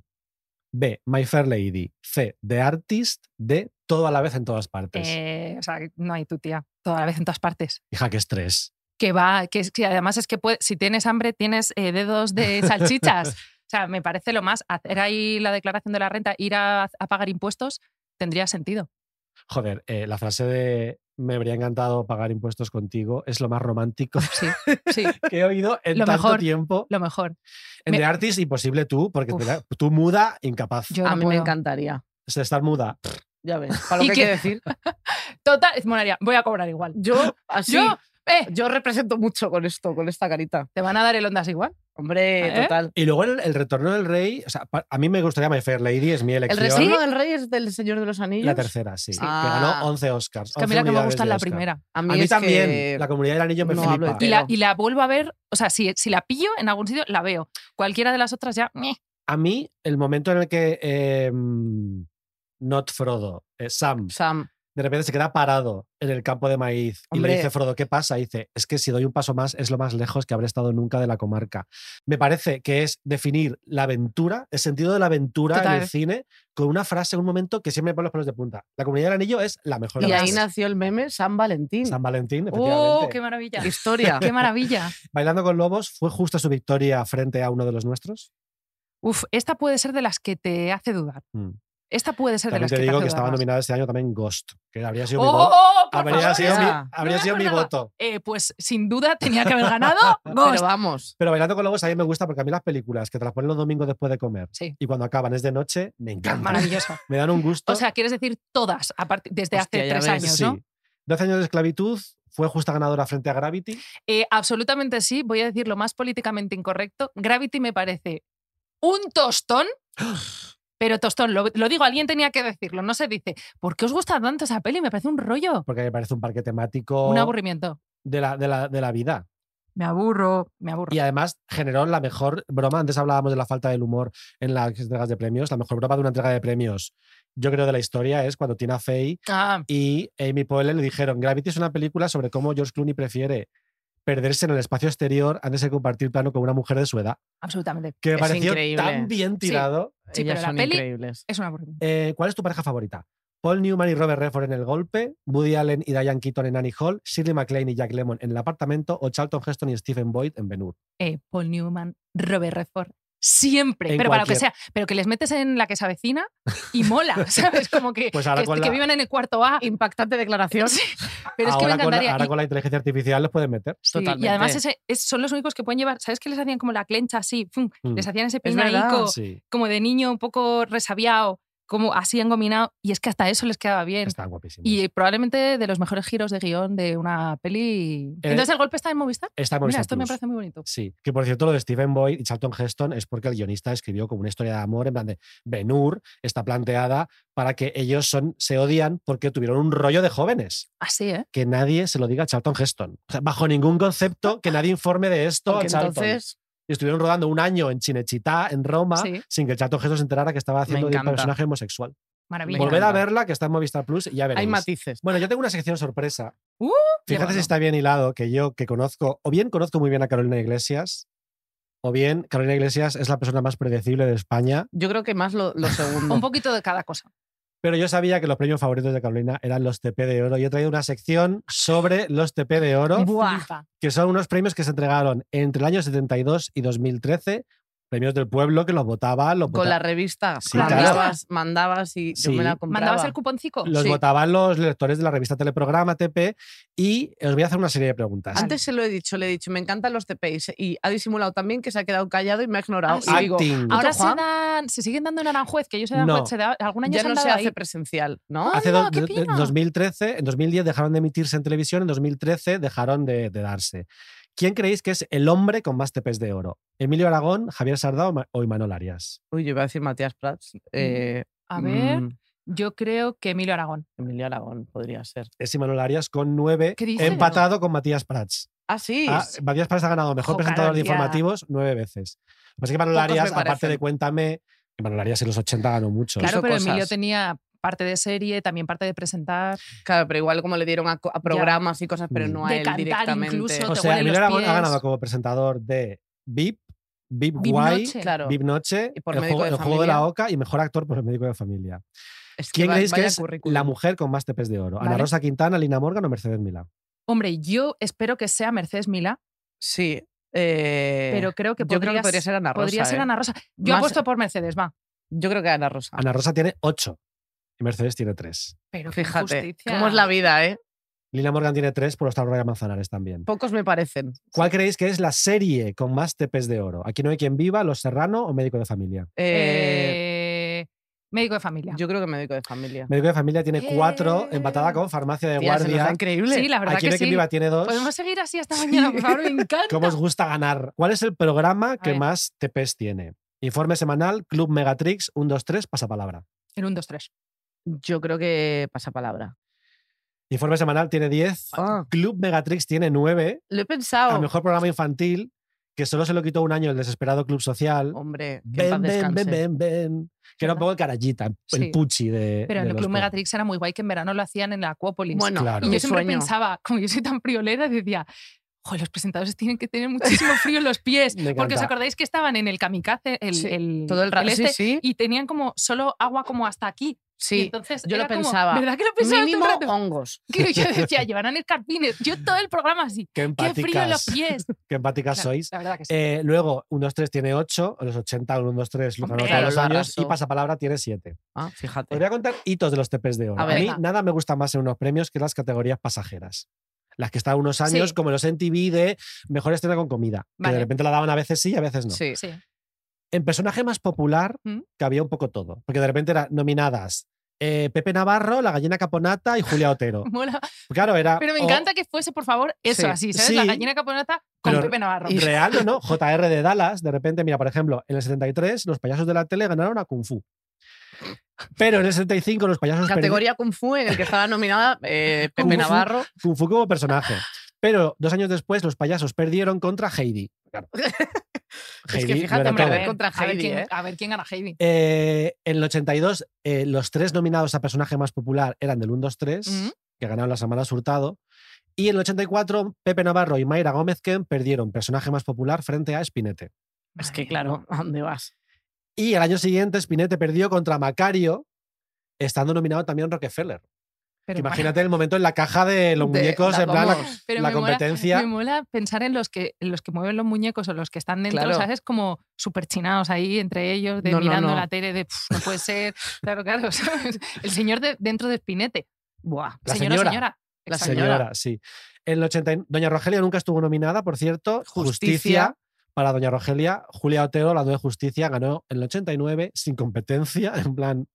Speaker 4: B. My Fair Lady. C. The Artist. D. Todo a la vez en todas
Speaker 5: Pues
Speaker 4: partes.
Speaker 6: Eh, o sea, no hay tu tía. Toda la vez en todas partes.
Speaker 4: Hija, que estrés.
Speaker 6: Que va, que, es- que además es que puede- si tienes hambre, tienes eh, dedos de salchichas. o sea, me parece lo más. Hacer ahí la declaración de la renta, ir a, a pagar impuestos, tendría sentido.
Speaker 4: Joder, eh, la frase de me habría encantado pagar impuestos contigo es lo más romántico
Speaker 6: Sí, sí,
Speaker 4: que he oído en
Speaker 6: Lo
Speaker 4: tanto
Speaker 6: mejor.
Speaker 4: tiempo.
Speaker 6: lo mejor.
Speaker 4: En
Speaker 6: Me-
Speaker 4: The Artist, imposible tú, porque
Speaker 6: Uf.
Speaker 4: tú muda, incapaz.
Speaker 6: Yo
Speaker 5: A
Speaker 6: no
Speaker 5: mí me
Speaker 6: puedo.
Speaker 5: encantaría.
Speaker 4: es estar muda.
Speaker 5: Ya ves, para lo
Speaker 6: ¿Y
Speaker 5: que hay
Speaker 6: qué?
Speaker 5: que decir.
Speaker 6: Total, es moraría. Voy a cobrar igual.
Speaker 5: Yo, así,
Speaker 6: Yo,
Speaker 5: yo,
Speaker 6: eh,
Speaker 5: represento mucho con esto, con esta carita.
Speaker 6: te van a dar el ondas igual.
Speaker 5: Hombre,
Speaker 6: ¿Eh?
Speaker 5: total.
Speaker 4: Y luego el, el retorno del rey, o sea, pa- a mí me gustaría My Fair Lady, es mi elección.
Speaker 5: ¿El
Speaker 6: ¿Sí?
Speaker 5: retorno del rey es del Señor de los Anillos?
Speaker 4: La tercera, sí.
Speaker 5: Sí.
Speaker 4: Que
Speaker 5: Ah.
Speaker 4: ganó 11 Oscars.
Speaker 6: Es que a mí
Speaker 4: 11
Speaker 6: la que me
Speaker 4: unidades
Speaker 6: gusta es
Speaker 4: de
Speaker 6: la
Speaker 4: Oscar.
Speaker 6: primera.
Speaker 5: A mí,
Speaker 4: A mí
Speaker 5: es
Speaker 4: también.
Speaker 5: que-
Speaker 4: La comunidad del anillo me
Speaker 5: no hablo de
Speaker 4: flipa.
Speaker 5: ti.
Speaker 6: Y la,
Speaker 5: Pero-
Speaker 6: y la vuelvo a ver, o sea, si, si la pillo en algún sitio, la veo. Cualquiera de las otras ya. meh.
Speaker 4: A mí, el momento en el que eh, mm, Not Frodo, eh, Sam,
Speaker 5: Sam,
Speaker 4: de repente se queda parado en el campo de maíz y
Speaker 5: Hombre.
Speaker 4: le dice Frodo, ¿qué pasa? Y dice, es que si doy un paso más es lo más lejos que habré estado nunca de la comarca. Me parece que es definir la aventura, el sentido de la aventura en
Speaker 6: Total.
Speaker 4: el cine, con una frase, un momento que siempre me pone los pelos de punta. La comunidad del anillo es la mejor.
Speaker 5: y
Speaker 4: de
Speaker 5: ahí
Speaker 4: las-
Speaker 5: nació el meme San Valentín.
Speaker 4: San Valentín, efectivamente.
Speaker 6: ¡Oh, qué maravilla!
Speaker 5: Historia.
Speaker 6: ¡Qué maravilla!
Speaker 4: Bailando con lobos fue justa su victoria frente a uno de los nuestros.
Speaker 6: Uf, esta puede ser de las que te hace dudar.
Speaker 4: Mm.
Speaker 6: Esta puede ser
Speaker 4: También
Speaker 6: de las que
Speaker 4: te
Speaker 6: te
Speaker 4: digo
Speaker 6: hace
Speaker 4: que
Speaker 6: dudar
Speaker 4: estaba
Speaker 6: más.
Speaker 4: nominada este año también Ghost, que habría sido mi voto.
Speaker 6: ¡Oh, por
Speaker 4: Habría
Speaker 6: favor,
Speaker 4: sido mi,
Speaker 5: esa.
Speaker 4: habría
Speaker 6: No me
Speaker 4: sido mi
Speaker 6: acordaba.
Speaker 4: voto.
Speaker 6: Eh, pues sin duda tenía que haber ganado Ghost.
Speaker 5: Pero vamos,
Speaker 4: Pero Bailando con Lobos a mí me gusta porque a mí las películas que te las ponen los domingos después de comer
Speaker 6: Sí.
Speaker 4: y cuando acaban es de noche, me encantan.
Speaker 6: Maravilloso.
Speaker 4: Me dan un gusto.
Speaker 6: O sea, quieres decir todas, a partir- desde
Speaker 5: Hostia,
Speaker 6: hace
Speaker 5: ya
Speaker 6: tres
Speaker 5: ves,
Speaker 6: años, ¿no?
Speaker 4: Sí. 12 años de esclavitud fue justa ganadora frente a Gravity.
Speaker 6: Eh, absolutamente sí, voy a decir lo más políticamente incorrecto. Gravity me parece un tostón, pero tostón, lo, lo digo, alguien tenía que decirlo, no se dice, ¿por qué os gusta tanto esa peli? Me parece un rollo,
Speaker 4: Porque me parece un parque temático
Speaker 6: un aburrimiento.
Speaker 4: de, la, de, la, de la vida.
Speaker 6: Me aburro, me aburro.
Speaker 4: Y además generó la mejor broma. Antes hablábamos de la falta del humor en las entregas de premios. La mejor broma de una entrega de premios, yo creo, de la historia es cuando Tina Fey
Speaker 6: Ah,
Speaker 4: y Amy Poehler le dijeron, Gravity es una película sobre cómo George Clooney prefiere perderse en el espacio exterior antes de compartir plano con una mujer de su edad,
Speaker 6: absolutamente.
Speaker 4: que me
Speaker 5: Es
Speaker 4: pareció
Speaker 5: increíble.
Speaker 4: tan bien
Speaker 6: Sí.
Speaker 4: tirado.
Speaker 6: Sí,
Speaker 5: ellas
Speaker 6: pero la
Speaker 5: son
Speaker 6: peli-
Speaker 5: increíbles.
Speaker 6: Es un aburrimiento.
Speaker 4: Eh, ¿Cuál es tu pareja favorita? Paul Newman y Robert Redford en El Golpe, Woody Allen y Diane Keaton en Annie Hall, Shirley MacLaine y Jack Lemmon en El Apartamento o Charlton Heston y Stephen Boyd en Ben Hur.
Speaker 6: Eh, Paul Newman, Robert Redford. Siempre,
Speaker 4: En
Speaker 6: pero para lo que
Speaker 4: cualquier-
Speaker 6: sea, pero que les metes en la que se avecina y mola, ¿sabes? Como que,
Speaker 4: Pues ahora
Speaker 6: que,
Speaker 4: con
Speaker 6: que
Speaker 4: la-
Speaker 6: vivan en el cuarto A.
Speaker 5: Impactante declaración.
Speaker 6: Sí, pero es que me
Speaker 4: ahora con,
Speaker 6: encantaría.
Speaker 4: ahora
Speaker 6: Y-
Speaker 4: con la inteligencia artificial los pueden meter.
Speaker 6: Sí, y
Speaker 5: Totalmente.
Speaker 6: además ese- es- son los únicos que pueden llevar. ¿Sabes que les hacían como la clencha así? fum,
Speaker 4: Mm.
Speaker 6: Les hacían ese
Speaker 5: Es
Speaker 6: peinadico
Speaker 5: verdad.
Speaker 4: Sí,
Speaker 6: como de niño un poco resabiado, como así engominado. Y es que hasta eso les quedaba bien.
Speaker 4: están guapísimos.
Speaker 6: Y probablemente de los mejores giros de guión de una peli.
Speaker 4: Eh,
Speaker 6: Entonces el golpe está en Movistar.
Speaker 4: Está en
Speaker 6: Mira,
Speaker 4: Movistar
Speaker 6: esto me
Speaker 4: Plus.
Speaker 6: parece muy bonito.
Speaker 4: Sí, que por cierto lo de Stephen Boyd y Charlton Heston es porque el guionista escribió como una historia de amor en plan de Ben Hur está planteada para que ellos son, se odian porque tuvieron un rollo de jóvenes.
Speaker 6: Así, ¿eh?
Speaker 4: Que nadie se lo diga a Charlton Heston. O sea, bajo ningún concepto que nadie informe de esto
Speaker 5: Porque
Speaker 4: a Charlton.
Speaker 5: entonces
Speaker 4: Y estuvieron rodando un año en Cinecittá, en Roma,
Speaker 6: Sí.
Speaker 4: sin que Charlton Heston se enterara que estaba haciendo de un
Speaker 5: encanta.
Speaker 4: personaje homosexual.
Speaker 6: Maravilla.
Speaker 4: Volver a
Speaker 5: encanta.
Speaker 4: verla, que está en Movistar Plus, y ya veréis.
Speaker 5: hay matices.
Speaker 4: Bueno, yo tengo una sección sorpresa.
Speaker 6: Uh,
Speaker 4: Fíjate
Speaker 6: bueno.
Speaker 4: si está bien hilado, que yo que conozco, o bien conozco muy bien a Carolina Iglesias, o bien Carolina Iglesias es la persona más predecible de España,
Speaker 5: Yo creo que más lo, lo segundo.
Speaker 6: Un poquito de cada cosa.
Speaker 4: pero yo sabía que los premios favoritos de Carolina eran los TP de Oro y he traído una sección sobre los TP de Oro,
Speaker 6: Buah.
Speaker 4: que son unos premios que se entregaron entre el año 72 y 2013, premios del pueblo que los votaban, los,
Speaker 5: con
Speaker 4: vota-
Speaker 5: la revista.
Speaker 4: Sí,
Speaker 5: mandabas, mandabas y yo
Speaker 4: Sí.
Speaker 5: me la compraba.
Speaker 6: ¿Mandabas el cuponcico?
Speaker 4: los
Speaker 5: sí.
Speaker 4: votaban los lectores de la revista Teleprograma TP y os voy a hacer una serie de preguntas.
Speaker 5: Antes se lo he dicho, le he dicho, me encantan los TPIs. Y ha disimulado también que se ha quedado callado y me ha ignorado. y
Speaker 6: Ah, sí.
Speaker 5: digo,
Speaker 4: Acting.
Speaker 5: ¿Puto
Speaker 6: Ahora se,
Speaker 5: Juan?
Speaker 6: dan, se siguen dando en Aranjuez, que yo sé de
Speaker 4: No.
Speaker 6: Aranjuez, se da- algún año
Speaker 5: ya
Speaker 6: se han
Speaker 5: no
Speaker 6: dado
Speaker 5: se hace
Speaker 6: ahí. Ah.
Speaker 5: presencial, ¿no?
Speaker 4: Hace
Speaker 6: Anda,
Speaker 4: dos-
Speaker 6: qué
Speaker 4: de- de-
Speaker 6: pino.
Speaker 4: 2013, en 2010 dejaron de emitirse en televisión, en 2013 dejaron de, de darse. ¿Quién creéis que es el hombre con más tepes de oro? ¿Emilio Aragón, Javier Sardá o Ma- o Imanol Arias?
Speaker 5: Uy, yo iba a decir Matías Prats. eh,
Speaker 6: Mm. A ver,
Speaker 5: mm,
Speaker 6: yo creo que Emilio Aragón.
Speaker 5: Emilio Aragón podría ser.
Speaker 4: Es Imanol Arias con nueve,
Speaker 6: ¿Qué dices?
Speaker 4: empatado con Matías Prats.
Speaker 5: Ah, sí.
Speaker 4: Ah, Matías Prats ha ganado mejor
Speaker 6: Jo,
Speaker 4: presentador de
Speaker 6: Carol, ya.
Speaker 4: informativos nueve veces. Lo que pasa es que Imanol
Speaker 5: Pocos me
Speaker 4: Arias, aparte
Speaker 5: parecen.
Speaker 4: de Cuéntame, Imanol Arias en los 80 ganó mucho.
Speaker 5: Claro,
Speaker 6: Claro, pero
Speaker 5: cosas.
Speaker 6: Emilio tenía parte de serie, también parte de presentar,
Speaker 5: Claro, pero igual como le dieron a, co- a programas y cosas, pero
Speaker 4: Mm.
Speaker 5: no a
Speaker 6: De
Speaker 5: él
Speaker 6: cantar
Speaker 5: directamente.
Speaker 6: incluso.
Speaker 4: O
Speaker 6: te
Speaker 4: sea,
Speaker 6: huelen los
Speaker 4: Emilio Aragón ha
Speaker 6: pies.
Speaker 4: ganado como presentador de VIP, VIP
Speaker 6: Big
Speaker 4: Guay,
Speaker 6: Noche.
Speaker 5: Claro.
Speaker 4: VIP Noche,
Speaker 5: Y por
Speaker 4: el,
Speaker 5: médico
Speaker 4: juego,
Speaker 5: de
Speaker 4: el juego de la
Speaker 5: familia.
Speaker 4: Oca y mejor actor por el médico de familia.
Speaker 5: Es
Speaker 4: ¿Quién
Speaker 5: va-
Speaker 4: creéis que
Speaker 5: vaya
Speaker 4: es
Speaker 5: currículum.
Speaker 4: la mujer con más tepes de oro? ¿Ana
Speaker 6: Vale.
Speaker 4: Rosa Quintana, Lina Morgan o Mercedes Milá?
Speaker 6: Hombre, yo espero que sea Mercedes Milá,
Speaker 5: Sí. eh,
Speaker 6: pero creo que
Speaker 5: yo creo que
Speaker 6: podrías-
Speaker 5: podría ser Ana Rosa.
Speaker 6: podría ser
Speaker 5: eh.
Speaker 6: Ana Rosa. Yo
Speaker 5: Más-
Speaker 6: apuesto por Mercedes, va.
Speaker 5: Yo creo que Ana Rosa.
Speaker 4: Ana Rosa tiene ocho y Mercedes tiene tres.
Speaker 6: Pero qué
Speaker 5: Fíjate.
Speaker 6: injusticia.
Speaker 5: ¿Cómo es la vida, eh?
Speaker 4: Lina Morgan tiene tres por los Aurora Manzanares también.
Speaker 5: Pocos me parecen.
Speaker 4: ¿Cuál creéis que es la serie con más tepes de oro? ¿Aquí no hay quien viva, Los Serrano o Médico de Familia?
Speaker 5: Eh,
Speaker 6: Eh, Médico de familia.
Speaker 5: Yo creo que médico de familia.
Speaker 4: Médico de familia tiene cuatro,
Speaker 6: Eh.
Speaker 4: empatada con farmacia de
Speaker 5: Tía, se nos da
Speaker 4: guardia.
Speaker 5: increíble.
Speaker 6: sí, la verdad
Speaker 4: Aquí
Speaker 6: que
Speaker 4: en
Speaker 6: sí.
Speaker 4: Viva tiene dos.
Speaker 6: Podemos seguir así hasta mañana, por favor, me encanta.
Speaker 4: ¿Cómo os gusta ganar? ¿Cuál es el programa que
Speaker 6: ver.
Speaker 4: más TPs tiene? Informe semanal, Club Megatrix, 1, 2, 3, pasapalabra.
Speaker 6: En un, dos, tres.
Speaker 5: Yo creo que pasa palabra.
Speaker 4: Informe semanal tiene 10,
Speaker 5: Ah.
Speaker 4: Club Megatrix tiene 9,
Speaker 5: Lo he
Speaker 4: al
Speaker 5: pensado.
Speaker 4: mejor programa infantil, que solo se lo quitó un año el desesperado Club Social.
Speaker 5: Hombre, que
Speaker 4: Ven,
Speaker 5: en paz
Speaker 4: ven,
Speaker 5: descanse.
Speaker 4: ven, ven, ven. Que era un
Speaker 6: ¿Verdad?
Speaker 4: poco el carallita, el
Speaker 6: Sí.
Speaker 4: puchi de.
Speaker 6: Pero
Speaker 4: de
Speaker 6: en el
Speaker 4: los
Speaker 6: Club
Speaker 4: pro.
Speaker 6: Megatrix era muy guay que en verano lo hacían en la Acuópolis.
Speaker 5: Bueno,
Speaker 4: Claro.
Speaker 6: y
Speaker 5: mi
Speaker 6: yo siempre
Speaker 5: sueño.
Speaker 6: pensaba, como yo soy tan friolera, decía, "Jo, los presentadores tienen que tener muchísimo frío en los pies.
Speaker 4: Me
Speaker 6: Porque os
Speaker 4: encanta.
Speaker 6: acordáis que estaban en el kamikaze, el,
Speaker 5: Sí,
Speaker 6: el-
Speaker 5: Todo el rato. Sí,
Speaker 6: este,
Speaker 5: sí.
Speaker 6: y tenían como solo agua como hasta aquí. Y
Speaker 5: Sí.
Speaker 6: entonces
Speaker 5: yo lo
Speaker 6: era como,
Speaker 5: pensaba.
Speaker 6: ¿Verdad que lo pensaba todo el
Speaker 5: Mínimo
Speaker 6: rato?
Speaker 5: hongos.
Speaker 6: Que yo decía, llevarán el carpines. Yo todo el programa así.
Speaker 4: Qué
Speaker 6: ¡Qué frío en los
Speaker 4: empáticas.
Speaker 6: pies!
Speaker 4: Qué empáticas
Speaker 6: Claro,
Speaker 4: sois.
Speaker 6: La verdad que sí.
Speaker 4: Eh, luego, 1, 2, 3 tiene 8, los 80, 1, 2, 3,
Speaker 6: Hombre,
Speaker 4: de los
Speaker 5: lo
Speaker 4: años,
Speaker 5: arrasó.
Speaker 4: y pasapalabra tiene 7.
Speaker 5: Ah,
Speaker 4: Os
Speaker 5: fíjate.
Speaker 4: voy a contar hitos de los TPs de oro.
Speaker 5: A
Speaker 4: A,
Speaker 5: ver.
Speaker 4: mí
Speaker 6: Venga.
Speaker 4: nada me gusta más en unos premios que las categorías pasajeras. Las que están unos años,
Speaker 6: Sí.
Speaker 4: como los MTV de mejor escena con comida. Que
Speaker 6: Vale.
Speaker 4: de repente la daban a veces sí y a veces no.
Speaker 5: Sí.
Speaker 6: Sí.
Speaker 4: En personaje más popular,
Speaker 6: ¿Mm?
Speaker 4: que había un poco todo. Porque de repente eran nominadas eh, Pepe Navarro, La Gallina Caponata y Julia Otero.
Speaker 6: Mola.
Speaker 4: Claro, era.
Speaker 6: Pero me
Speaker 4: o-
Speaker 6: encanta que fuese, por favor, eso
Speaker 5: Sí.
Speaker 6: así, ¿sabes?
Speaker 4: Sí.
Speaker 6: La gallina caponata con
Speaker 4: Pero-
Speaker 6: Pepe Navarro.
Speaker 4: Real o no, JR de Dallas, de repente, mira, por ejemplo, en el 73 los payasos de la tele ganaron a Kung Fu. Pero en el 75 los payasos perdi-
Speaker 5: Categoría Kung Fu en el que estaba nominada eh,
Speaker 4: Kung
Speaker 5: Pepe
Speaker 4: Fu.
Speaker 5: Navarro.
Speaker 4: Kung Fu como personaje. Pero dos años después los payasos perdieron contra Heidi. Claro.
Speaker 5: que
Speaker 4: Heidi lo
Speaker 5: fíjate,
Speaker 4: era
Speaker 5: hombre,
Speaker 4: todo.
Speaker 5: a ver contra
Speaker 6: a ver
Speaker 5: Heidi,
Speaker 6: quién,
Speaker 5: ¿eh?
Speaker 6: a ver quién gana Heidi.
Speaker 4: Eh, en el 82, eh, los tres nominados a personaje más popular eran del 1-2-3,
Speaker 5: Mm.
Speaker 6: Ujú.
Speaker 4: que ganaron la semana Hurtado. Y en el 84, Pepe Navarro y Mayra Gómez Ken perdieron personaje más popular frente a Spinete.
Speaker 5: Es que claro, ¿a dónde vas?
Speaker 4: Y al año siguiente, Spinete perdió contra Macario, estando nominado también Rockefeller.
Speaker 6: Pero
Speaker 4: Imagínate el momento en la caja de los
Speaker 5: De-
Speaker 4: muñecos,
Speaker 5: la-
Speaker 4: en plan, la,
Speaker 5: vamos,
Speaker 6: Pero
Speaker 4: la
Speaker 6: me mola-
Speaker 4: competencia.
Speaker 6: Me mola pensar en los que, en los que mueven los muñecos o los que están dentro,
Speaker 5: Claro.
Speaker 6: ¿sabes? Como súper chinados ahí entre ellos, de
Speaker 5: No, no,
Speaker 6: mirando
Speaker 5: no.
Speaker 6: la tele, de "Pff, no puede ser. Claro, claro. ¿sabes? El señor de- dentro de Spinete. Buah,
Speaker 4: La
Speaker 6: señora,
Speaker 4: señora.
Speaker 6: señora.
Speaker 5: La
Speaker 4: La
Speaker 6: Exacto.
Speaker 4: señora, sí. En el 89 Doña Rogelia nunca estuvo nominada, por cierto. Justicia.
Speaker 5: Justicia.
Speaker 4: para Doña Rogelia. Julia Otero, la de Justicia, ganó en el 89 sin competencia, en plan.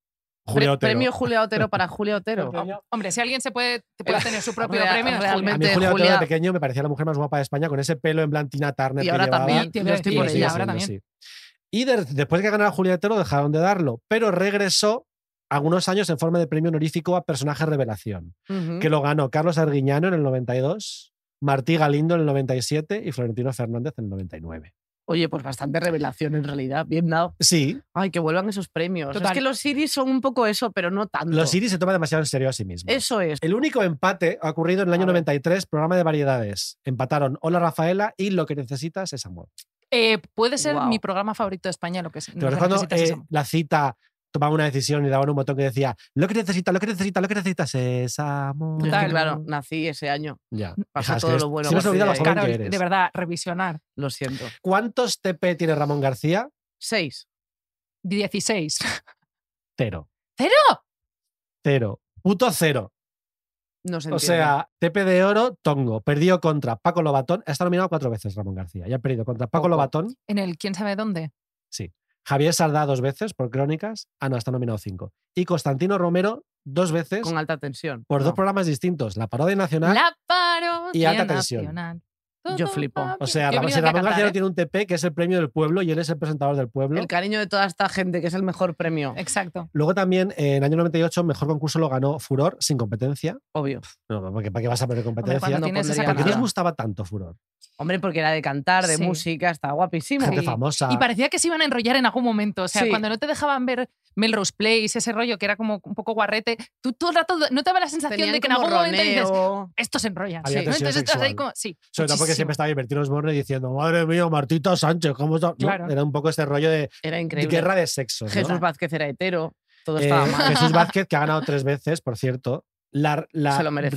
Speaker 4: Julia
Speaker 5: Pre-
Speaker 4: Otero.
Speaker 5: Premio Julia Otero para Julia Otero.
Speaker 4: Premio-
Speaker 6: Hombre, si alguien se puede, te puede tener su propio
Speaker 5: Real-
Speaker 6: premio, es Julia.
Speaker 4: Eh, A mí
Speaker 5: realmente.
Speaker 4: Julia, Otero
Speaker 5: Julia-
Speaker 4: de pequeño me parecía la mujer más guapa de España con ese pelo en plan Tina Turner
Speaker 5: Y
Speaker 4: que
Speaker 5: ahora
Speaker 4: llevaba.
Speaker 5: también.
Speaker 6: Te iba a
Speaker 5: Yo
Speaker 6: decir,
Speaker 5: estoy
Speaker 4: lo
Speaker 5: por ella
Speaker 4: sigue
Speaker 6: ahora
Speaker 4: siendo,
Speaker 6: también.
Speaker 4: sí. Y de- después que ganara Julia Otero dejaron de darlo, pero regresó algunos años en forma de premio honorífico a personaje revelación.
Speaker 5: Ujú.
Speaker 4: que lo ganó Carlos Arguiñano en el 92, Martí Galindo en el 97 y Florentino Fernández en el 99.
Speaker 5: Oye, pues bastante revelación en realidad. Bien dado.
Speaker 4: Sí,
Speaker 5: Ay, que vuelvan esos premios.
Speaker 6: Total.
Speaker 5: Es que los Iris son un poco eso, pero no tanto.
Speaker 4: los Iris se toma demasiado en serio a sí mismo.
Speaker 5: Eso es.
Speaker 4: El único empate ha ocurrido en el año
Speaker 5: A ver.
Speaker 4: 93, programa de variedades. Empataron Hola Rafaela y Lo que necesitas es amor.
Speaker 6: Eh, puede ser
Speaker 5: Guau.
Speaker 6: mi programa favorito de España, lo que es.
Speaker 4: ¿Te acuerdas cuando eh, la cita tomaba una decisión y daban un botón que decía Lo que necesitas, lo que necesitas, lo que necesitas es amor?
Speaker 5: Yo es que,
Speaker 6: Total.
Speaker 5: claro, nací ese año.
Speaker 4: Ya.
Speaker 5: Pasó
Speaker 4: Hija, es que
Speaker 5: todo
Speaker 4: eres-
Speaker 5: lo bueno
Speaker 4: siempre se
Speaker 5: por
Speaker 4: olvida
Speaker 5: ti
Speaker 4: lo
Speaker 5: ahí.
Speaker 4: joven que eres.
Speaker 6: de verdad, revisionar.
Speaker 5: Lo siento.
Speaker 4: ¿Cuántos TP tiene Ramón García?
Speaker 5: Seis.
Speaker 6: 16.
Speaker 4: Cero.
Speaker 6: ¿Cero?
Speaker 4: Cero. Puto cero.
Speaker 5: No se
Speaker 4: O
Speaker 5: entiende.
Speaker 4: sea, Tepe de Oro, Tongo, perdió contra Paco Lobatón. Está nominado cuatro veces Ramón García. Ya ha perdido contra Paco
Speaker 5: Ojo.
Speaker 4: Lobatón,
Speaker 6: En el quién sabe dónde.
Speaker 4: Javier Sardá dos veces por Crónicas. Ah, no, está nominado cinco. Y Constantino Romero dos veces
Speaker 5: con alta tensión.
Speaker 4: por dos
Speaker 5: No.
Speaker 4: programas distintos. La Parodia Nacional.
Speaker 6: La paro.
Speaker 4: Y alta tensión.
Speaker 5: Yo flipo.
Speaker 4: O sea, Ramón, si Ramón
Speaker 6: ¿eh?
Speaker 4: García no tiene un TP, que es el premio del pueblo, y él es el presentador del pueblo.
Speaker 5: El cariño de toda esta gente, que es el mejor
Speaker 6: Eh,
Speaker 5: premio,
Speaker 6: Exacto.
Speaker 4: Luego también, eh, en el año 98, mejor concurso lo ganó Furor, sin competencia.
Speaker 5: obvio.
Speaker 4: No, porque ¿para qué vas a perder
Speaker 6: Hombre,
Speaker 4: competencia?
Speaker 6: cuando
Speaker 5: no
Speaker 6: tienes esa
Speaker 5: pondría
Speaker 4: ¿Por qué
Speaker 5: nada.
Speaker 4: nos
Speaker 6: capacidad.
Speaker 4: gustaba tanto Furor?
Speaker 5: Hombre, porque era de cantar, de
Speaker 6: Sí.
Speaker 5: música, está guapísimo.
Speaker 4: Gente
Speaker 6: Sí.
Speaker 4: famosa.
Speaker 6: Y parecía que se iban a enrollar en algún momento. O sea,
Speaker 5: Sí.
Speaker 6: cuando no te dejaban ver Melrose Place, ese rollo que era como un poco guarrete, tú todo el rato no te daba la sensación
Speaker 5: Tenían
Speaker 6: de que en
Speaker 5: como
Speaker 6: algún momento dices,
Speaker 5: roneo.
Speaker 6: estos se enrollan.
Speaker 4: Había
Speaker 6: ¿no?
Speaker 4: tensión
Speaker 6: Entonces estás ahí
Speaker 4: sexual.
Speaker 6: como, sí.
Speaker 4: Sobre todo porque
Speaker 6: muchísimo.
Speaker 4: siempre estaba divertidos Borne diciendo, madre mía, Martita Sánchez, ¿cómo está? No,
Speaker 6: Claro.
Speaker 4: Era un poco este rollo de,
Speaker 5: Era
Speaker 4: de
Speaker 5: increíble.
Speaker 4: guerra de sexos. ¿no?
Speaker 5: Jesús Vázquez era hetero. Todo
Speaker 4: Eh,
Speaker 5: estaba mal.
Speaker 4: Jesús Vázquez, que ha ganado tres veces, por cierto. La, la
Speaker 5: Se lo merece.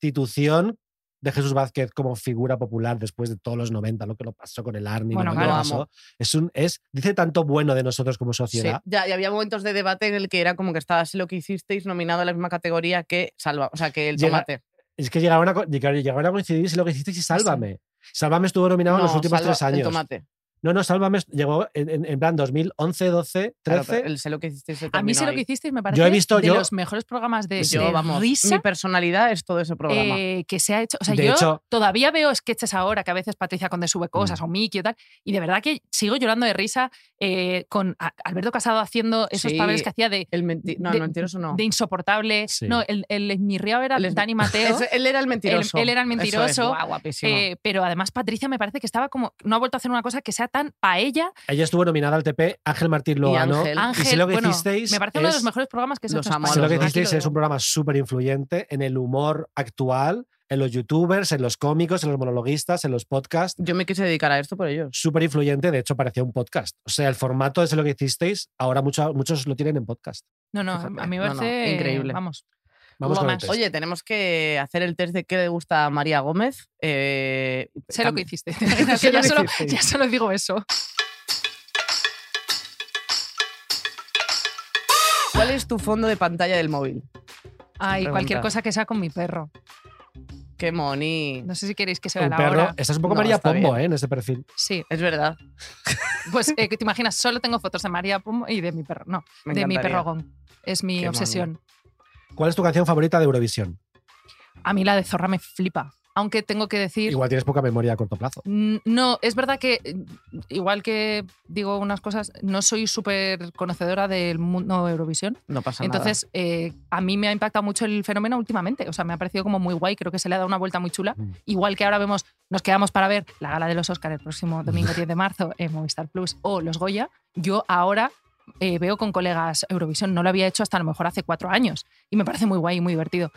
Speaker 4: reinstitución de Jesús Vázquez como figura popular después de todos los 90, lo que lo pasó con el Arni,
Speaker 6: Bueno,
Speaker 4: lo que
Speaker 5: claro.
Speaker 4: pasó, es un, es, dice tanto bueno de nosotros como
Speaker 5: Sí,
Speaker 4: sociedad.
Speaker 5: ya, y había momentos de debate en el que era como que estabas lo que hicisteis nominado a la misma categoría que Salva, o sea, que el
Speaker 4: Llega-
Speaker 5: tomate.
Speaker 4: Es que llegaron a, co- llegaron llegaron a coincidir si lo que hiciste y Sálvame. Sálvame estuvo nominado en los
Speaker 5: No,
Speaker 4: últimos
Speaker 5: Salva-
Speaker 4: tres
Speaker 5: El
Speaker 4: años.
Speaker 5: tomate.
Speaker 4: No, no, sálvame. Llegó en, en- en plan 2011, 12, 13.
Speaker 5: Claro, pero el sé lo que hicisteis se
Speaker 6: A mí
Speaker 5: terminó
Speaker 6: sé lo que
Speaker 5: ahí.
Speaker 6: hicisteis, me parece
Speaker 4: Yo he visto-
Speaker 6: de
Speaker 4: yo-
Speaker 6: los mejores programas de,
Speaker 5: Yo,
Speaker 6: de
Speaker 5: vamos, mi
Speaker 6: risa
Speaker 5: personalidad es todo ese programa.
Speaker 6: eh, que se ha hecho. O sea,
Speaker 4: De
Speaker 6: yo
Speaker 4: hecho- Mm.
Speaker 6: todavía veo sketches ahora que a veces Patricia Conde sube cosas o Miki o tal, y de verdad que sigo llorando de risa eh, con a- Alberto Casado haciendo esos
Speaker 5: Sí.
Speaker 6: papeles que hacía de,
Speaker 5: el menti- no,
Speaker 6: de-
Speaker 5: el mentiroso no.
Speaker 6: de insoportable.
Speaker 4: Sí.
Speaker 6: No, el, el esmirriado era
Speaker 5: El es-
Speaker 6: Dani Mateo.
Speaker 5: Ese- él era el mentiroso.
Speaker 6: él era el
Speaker 5: Eso es,
Speaker 6: mentiroso.
Speaker 5: guau, guapísimo.
Speaker 6: eh, pero además Patricia me parece que estaba como no ha vuelto a hacer una cosa que sea tan paella
Speaker 4: Ella estuvo nominada al TP, Ángel Martín lo
Speaker 5: Y
Speaker 4: ganó.
Speaker 5: Ángel.
Speaker 6: Ángel
Speaker 4: sé lo que
Speaker 6: bueno,
Speaker 4: hicisteis
Speaker 6: me parece uno de los
Speaker 4: es-
Speaker 6: mejores programas que se ha
Speaker 5: Los
Speaker 6: hecho en
Speaker 5: amo a
Speaker 4: Si
Speaker 6: España.
Speaker 4: lo que
Speaker 5: los dos.
Speaker 4: hicisteis
Speaker 6: Aquí lo
Speaker 4: Pues es un
Speaker 6: digo.
Speaker 4: programa súper influyente en el humor actual, en los youtubers, en los cómicos, en los monologuistas, en los podcasts.
Speaker 5: Yo me quise dedicar a esto por ellos.
Speaker 4: Súper influyente, de hecho parecía un podcast. O sea, el formato de ese lo que hicisteis, ahora mucho- muchos lo tienen en podcast.
Speaker 6: no no
Speaker 5: Fíjate,
Speaker 6: a mí me
Speaker 5: no, no,
Speaker 6: parece eh,
Speaker 5: increíble.
Speaker 6: vamos
Speaker 4: Vamos
Speaker 6: Lo
Speaker 4: con el
Speaker 6: más.
Speaker 4: test.
Speaker 5: Oye, tenemos que hacer el test de qué le gusta a María Gómez. Eh,
Speaker 6: sé lo que
Speaker 5: cam-
Speaker 6: hiciste
Speaker 5: Sé lo
Speaker 6: ya,
Speaker 5: que
Speaker 6: solo,
Speaker 5: hicisteis.
Speaker 6: ya solo digo eso
Speaker 5: ¿Cuál es tu fondo de pantalla del móvil?
Speaker 6: ay cualquier
Speaker 5: Pregunta.
Speaker 6: cosa que sea con mi perro
Speaker 5: Qué moni.
Speaker 6: no sé si queréis que se vea
Speaker 4: un
Speaker 6: la
Speaker 4: perro.
Speaker 6: hora
Speaker 4: Esta es un poco
Speaker 5: No,
Speaker 4: María
Speaker 5: está
Speaker 4: Pombo,
Speaker 5: bien.
Speaker 4: ¿eh? En este perfil.
Speaker 6: sí
Speaker 5: Es verdad.
Speaker 6: Pues eh, que te imaginas, solo tengo fotos de María Pum y de mi perro. No,
Speaker 5: Me
Speaker 6: de mi
Speaker 5: encantaría.
Speaker 6: perro Gon. Es mi
Speaker 5: Qué
Speaker 6: obsesión.
Speaker 4: ¿Cuál es tu canción favorita de Eurovisión?
Speaker 6: A mí la de Zorra me flipa. Aunque tengo que decir.
Speaker 4: Igual tienes poca memoria a corto plazo.
Speaker 6: Mm, No, es verdad que eh, igual que digo unas cosas, no soy súper conocedora del mundo de Eurovisión.
Speaker 5: No pasa nada.
Speaker 6: Entonces, eh, a mí me ha impactado mucho el fenómeno últimamente. O sea, me ha parecido como muy guay. Creo que se le ha dado una vuelta muy chula.
Speaker 4: Mm.
Speaker 6: Igual que ahora vemos, nos quedamos para ver la gala de los Oscar el próximo domingo 10 de marzo en Movistar Plus o los Goya. Yo ahora eh, veo con colegas Eurovisión. No lo había hecho hasta a lo mejor hace cuatro años. Y me parece muy guay y muy divertido.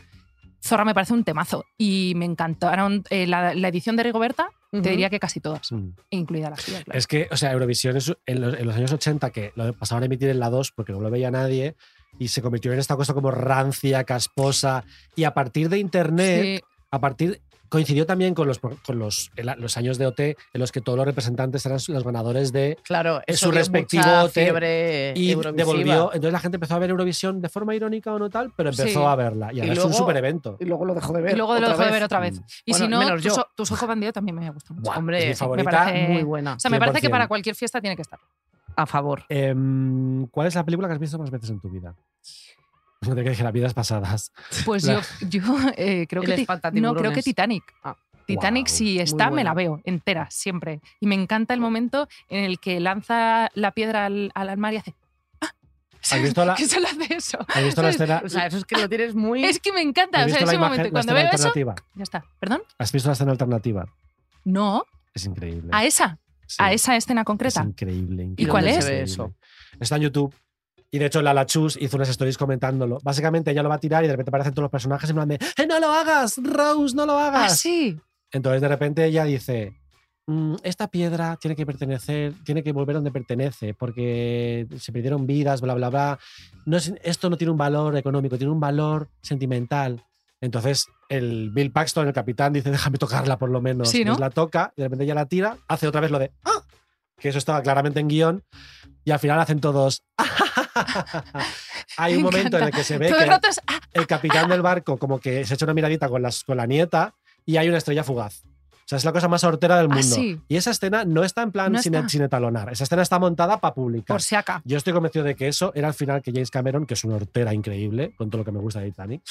Speaker 6: Zorra me parece un temazo. Y me encantaron eh, la, la edición de Rigoberta.
Speaker 5: Ujú.
Speaker 6: Te diría que casi todas,
Speaker 4: Mm.
Speaker 6: incluida la suya, claro.
Speaker 4: Es que, o sea, Eurovisión es- en, los, en los años 80, que lo pasaban a emitir en la 2 porque no lo veía nadie, y se convirtió en esta cosa como rancia, casposa, y a partir de Internet,
Speaker 6: Sí,
Speaker 4: a partir... Coincidió también con los, pro- con los, el- los años de OT en los que todos los representantes eran los ganadores de...
Speaker 5: claro,
Speaker 4: es
Speaker 5: eso
Speaker 4: su
Speaker 5: dio
Speaker 4: respectivo
Speaker 5: mucha
Speaker 4: te-
Speaker 5: fiebre
Speaker 6: E-
Speaker 4: Y
Speaker 5: eurovisiva.
Speaker 4: devolvió... Entonces la gente empezó a ver Eurovisión de forma irónica o no tal, pero empezó
Speaker 6: Sí.
Speaker 4: a verla. Y ahora es un
Speaker 5: luego-
Speaker 4: super evento.
Speaker 5: Y luego lo dejó de ver.
Speaker 6: y luego lo dejo de ver otra vez. Y
Speaker 5: Bueno,
Speaker 6: si no,
Speaker 5: menos yo.
Speaker 6: tus, o- tus ojos bandidos también me gustan mucho.
Speaker 4: Buah,
Speaker 5: hombre,
Speaker 4: es mi
Speaker 5: sí, me
Speaker 4: favorita.
Speaker 6: parece-
Speaker 5: Muy buena.
Speaker 6: O sea, me parece que
Speaker 4: 100%.
Speaker 6: para cualquier fiesta tiene que estar.
Speaker 5: A favor.
Speaker 4: Em, ¿Cuál es la película que has visto más veces en tu vida? No te crees que las vidas pasadas.
Speaker 6: Pues
Speaker 4: La-
Speaker 6: yo, yo eh, creo,
Speaker 5: El
Speaker 6: que ti- no,
Speaker 5: espantatiburones.
Speaker 6: creo que Titanic.
Speaker 5: Ah,
Speaker 6: Titanic,
Speaker 4: guau,
Speaker 6: si está, me
Speaker 5: buena.
Speaker 6: la veo entera, siempre. Y me encanta el momento en el que lanza la piedra al, al mar y hace. ¡Ah!
Speaker 4: ¿Has visto la-
Speaker 6: que solo hace eso.
Speaker 4: ¿Has visto la
Speaker 6: ¿Sabes?
Speaker 4: escena?
Speaker 5: O sea, eso es que lo tienes muy.
Speaker 6: Es que me encanta.
Speaker 4: ¿Has
Speaker 6: O sea,
Speaker 4: visto la
Speaker 6: ese
Speaker 4: imagen-
Speaker 6: momento.
Speaker 4: la
Speaker 6: Cuando
Speaker 4: escena
Speaker 6: veo eso,
Speaker 4: alternativa?
Speaker 6: ya está. ¿Perdón?
Speaker 4: ¿Has visto la escena alternativa?
Speaker 6: No,
Speaker 4: Es increíble.
Speaker 6: a esa,
Speaker 4: Sí,
Speaker 6: a esa escena
Speaker 4: Es
Speaker 6: concreta.
Speaker 4: increíble, increíble.
Speaker 6: cuál
Speaker 4: increíble.
Speaker 6: es?
Speaker 5: se ve eso?
Speaker 4: Está en YouTube. Y de hecho, Lala Chus hizo unas stories comentándolo. Básicamente, ella lo va a tirar y de repente aparecen todos los personajes en plan de "¡Eh, ¡No lo hagas! ¡Rose, no lo hagas!
Speaker 6: Ah, sí.
Speaker 4: Entonces, de repente, ella dice "Mm, esta piedra tiene que pertenecer, tiene que volver donde pertenece, porque se perdieron vidas, bla, bla, bla. No es- esto no tiene un valor económico, tiene un valor sentimental. Entonces, el Bill Paxton, el capitán, dice, déjame tocarla por lo menos.
Speaker 6: Sí, ¿no?
Speaker 4: Entonces la toca, y de repente ella la tira, hace otra vez lo de, ¡ah! que eso estaba claramente en guión, y al final hacen todos... "Ah, Hay un
Speaker 6: Me
Speaker 4: momento en el
Speaker 6: encanta.
Speaker 4: que se ve
Speaker 6: Todo el
Speaker 4: que
Speaker 6: rato es. ah,
Speaker 4: el capitán del barco como que se echa una miradita con, las, con la nieta y hay una estrella fugaz. O sea, es la cosa más hortera del
Speaker 6: Ah,
Speaker 4: mundo.
Speaker 6: sí.
Speaker 4: Y esa escena no está en plan
Speaker 6: No
Speaker 4: sin,
Speaker 6: está.
Speaker 4: sin etalonar. Esa escena está montada para publicar.
Speaker 6: por si acá.
Speaker 4: Yo estoy convencido de que eso era el final que James Cameron, que es una hortera increíble, con todo lo que me gusta de Titanic,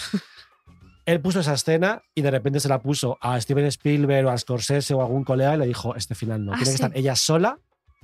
Speaker 4: él puso esa escena y de repente se la puso a Steven Spielberg o a Scorsese o a algún colega y le dijo, este final no.
Speaker 6: Ah,
Speaker 4: Tiene que
Speaker 6: sí.
Speaker 4: estar ella sola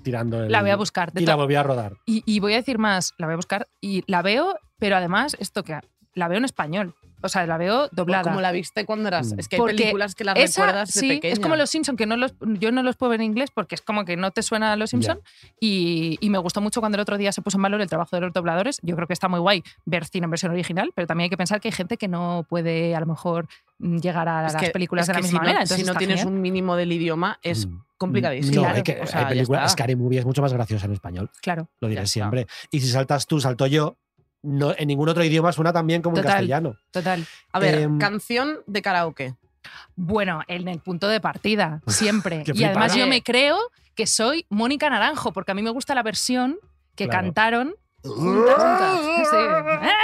Speaker 4: tirando el...
Speaker 6: La voy a buscar. De
Speaker 4: Y la
Speaker 6: to-
Speaker 4: volvió a rodar.
Speaker 6: Y, y voy a decir más, la voy a buscar y la veo, pero además, esto que la veo en español. O sea, la veo doblada.
Speaker 5: Como la viste cuando eras.
Speaker 4: Mm.
Speaker 5: Es que hay
Speaker 6: Porque
Speaker 5: películas que las
Speaker 6: Esa,
Speaker 5: recuerdas de
Speaker 6: sí,
Speaker 5: pequeña.
Speaker 6: es como los Simpson que no los, yo no los puedo ver en inglés porque es como que no te suena a los Simpson y, y me gustó mucho cuando el otro día se puso en valor el trabajo de los dobladores. Yo creo que está muy guay ver cine en versión original, pero también hay que pensar que hay gente que no puede a lo mejor mm, llegar a
Speaker 5: Es
Speaker 6: las
Speaker 5: que-
Speaker 6: películas
Speaker 5: es
Speaker 6: de la
Speaker 5: que
Speaker 6: misma
Speaker 5: si no-
Speaker 6: manera. Entonces
Speaker 5: si no
Speaker 6: está
Speaker 5: tienes
Speaker 6: genial.
Speaker 5: un mínimo del idioma, es
Speaker 4: Mm.
Speaker 5: complicadísimo. ¿eh?
Speaker 4: No,
Speaker 6: Claro,
Speaker 4: hay que,
Speaker 5: o sea,
Speaker 4: hay
Speaker 5: ya
Speaker 4: películas,
Speaker 5: está.
Speaker 4: Scary Movie es mucho más graciosa en español.
Speaker 6: Claro.
Speaker 4: Lo
Speaker 5: Ya
Speaker 4: diré
Speaker 5: está.
Speaker 4: siempre. Y si saltas tú, salto yo. No, en ningún otro idioma suena tan bien como
Speaker 6: Total.
Speaker 4: en castellano.
Speaker 6: Total.
Speaker 5: A ver,
Speaker 4: Em,
Speaker 5: canción de karaoke.
Speaker 6: Bueno, en el punto de partida, siempre.
Speaker 4: Qué
Speaker 6: y además
Speaker 4: flipada.
Speaker 6: yo me creo que soy Mónica Naranjo, porque a mí me gusta la versión que
Speaker 4: Claro.
Speaker 6: cantaron juntas, juntas. Sí.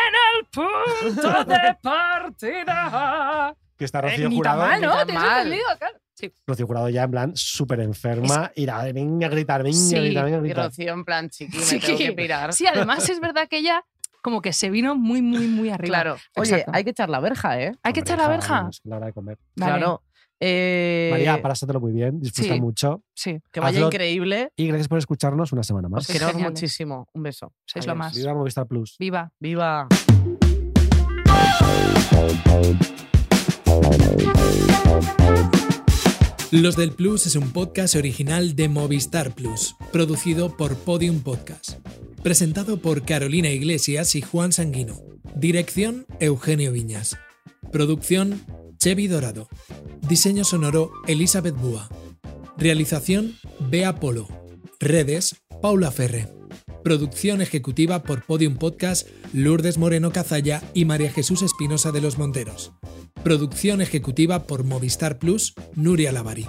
Speaker 6: En el punto de partida.
Speaker 4: Que está
Speaker 6: Eh,
Speaker 4: Rocío
Speaker 6: ni tan
Speaker 4: Jurado.
Speaker 6: mal, ¿no?
Speaker 5: Ni tan
Speaker 6: Te has
Speaker 5: mal.
Speaker 6: entendido, claro. Sí.
Speaker 4: Rocío Jurado ya en plan súper enferma, y la venga a gritar, venga
Speaker 6: Sí,
Speaker 4: a gritar, venga a
Speaker 5: Y
Speaker 4: gritar.
Speaker 5: Rocío en plan, chiqui, me
Speaker 6: Sí.
Speaker 5: tengo que pirar.
Speaker 6: Sí, además es verdad que ella como que se vino muy, muy, muy arriba.
Speaker 5: claro. Oye,
Speaker 6: Exacto.
Speaker 5: hay que echar la verja, ¿eh?
Speaker 6: ¿Hay
Speaker 4: Hombre,
Speaker 6: que echar la
Speaker 4: hija,
Speaker 6: verja?
Speaker 4: es la hora de comer.
Speaker 6: Vale,
Speaker 5: Claro. Eh,
Speaker 4: María, parásatelo muy bien, disfruta
Speaker 6: sí.
Speaker 4: mucho.
Speaker 6: Sí,
Speaker 5: que vaya
Speaker 4: hazlo- Pues
Speaker 5: increíble.
Speaker 4: Y gracias por escucharnos una semana más.
Speaker 5: Os
Speaker 6: Sois
Speaker 5: queremos
Speaker 6: geniales.
Speaker 5: muchísimo. Un beso.
Speaker 6: sois lo
Speaker 5: Adiós.
Speaker 6: más.
Speaker 4: Viva Movistar Plus.
Speaker 6: Viva.
Speaker 5: Viva.
Speaker 3: Los del Plus es un podcast original de Movistar Plus, producido por Podium Podcast. Presentado por Carolina Iglesias y Juan Sanguino. Dirección Eugenio Viñas. Producción Chevy Dorado. Diseño sonoro Elizabeth Búa. Realización Bea Polo. Redes Paula Ferre. Producción ejecutiva por Podium Podcast Lourdes Moreno Cazalla y María Jesús Espinosa de los Monteros. Producción ejecutiva por Movistar Plus, Nuria Lavari.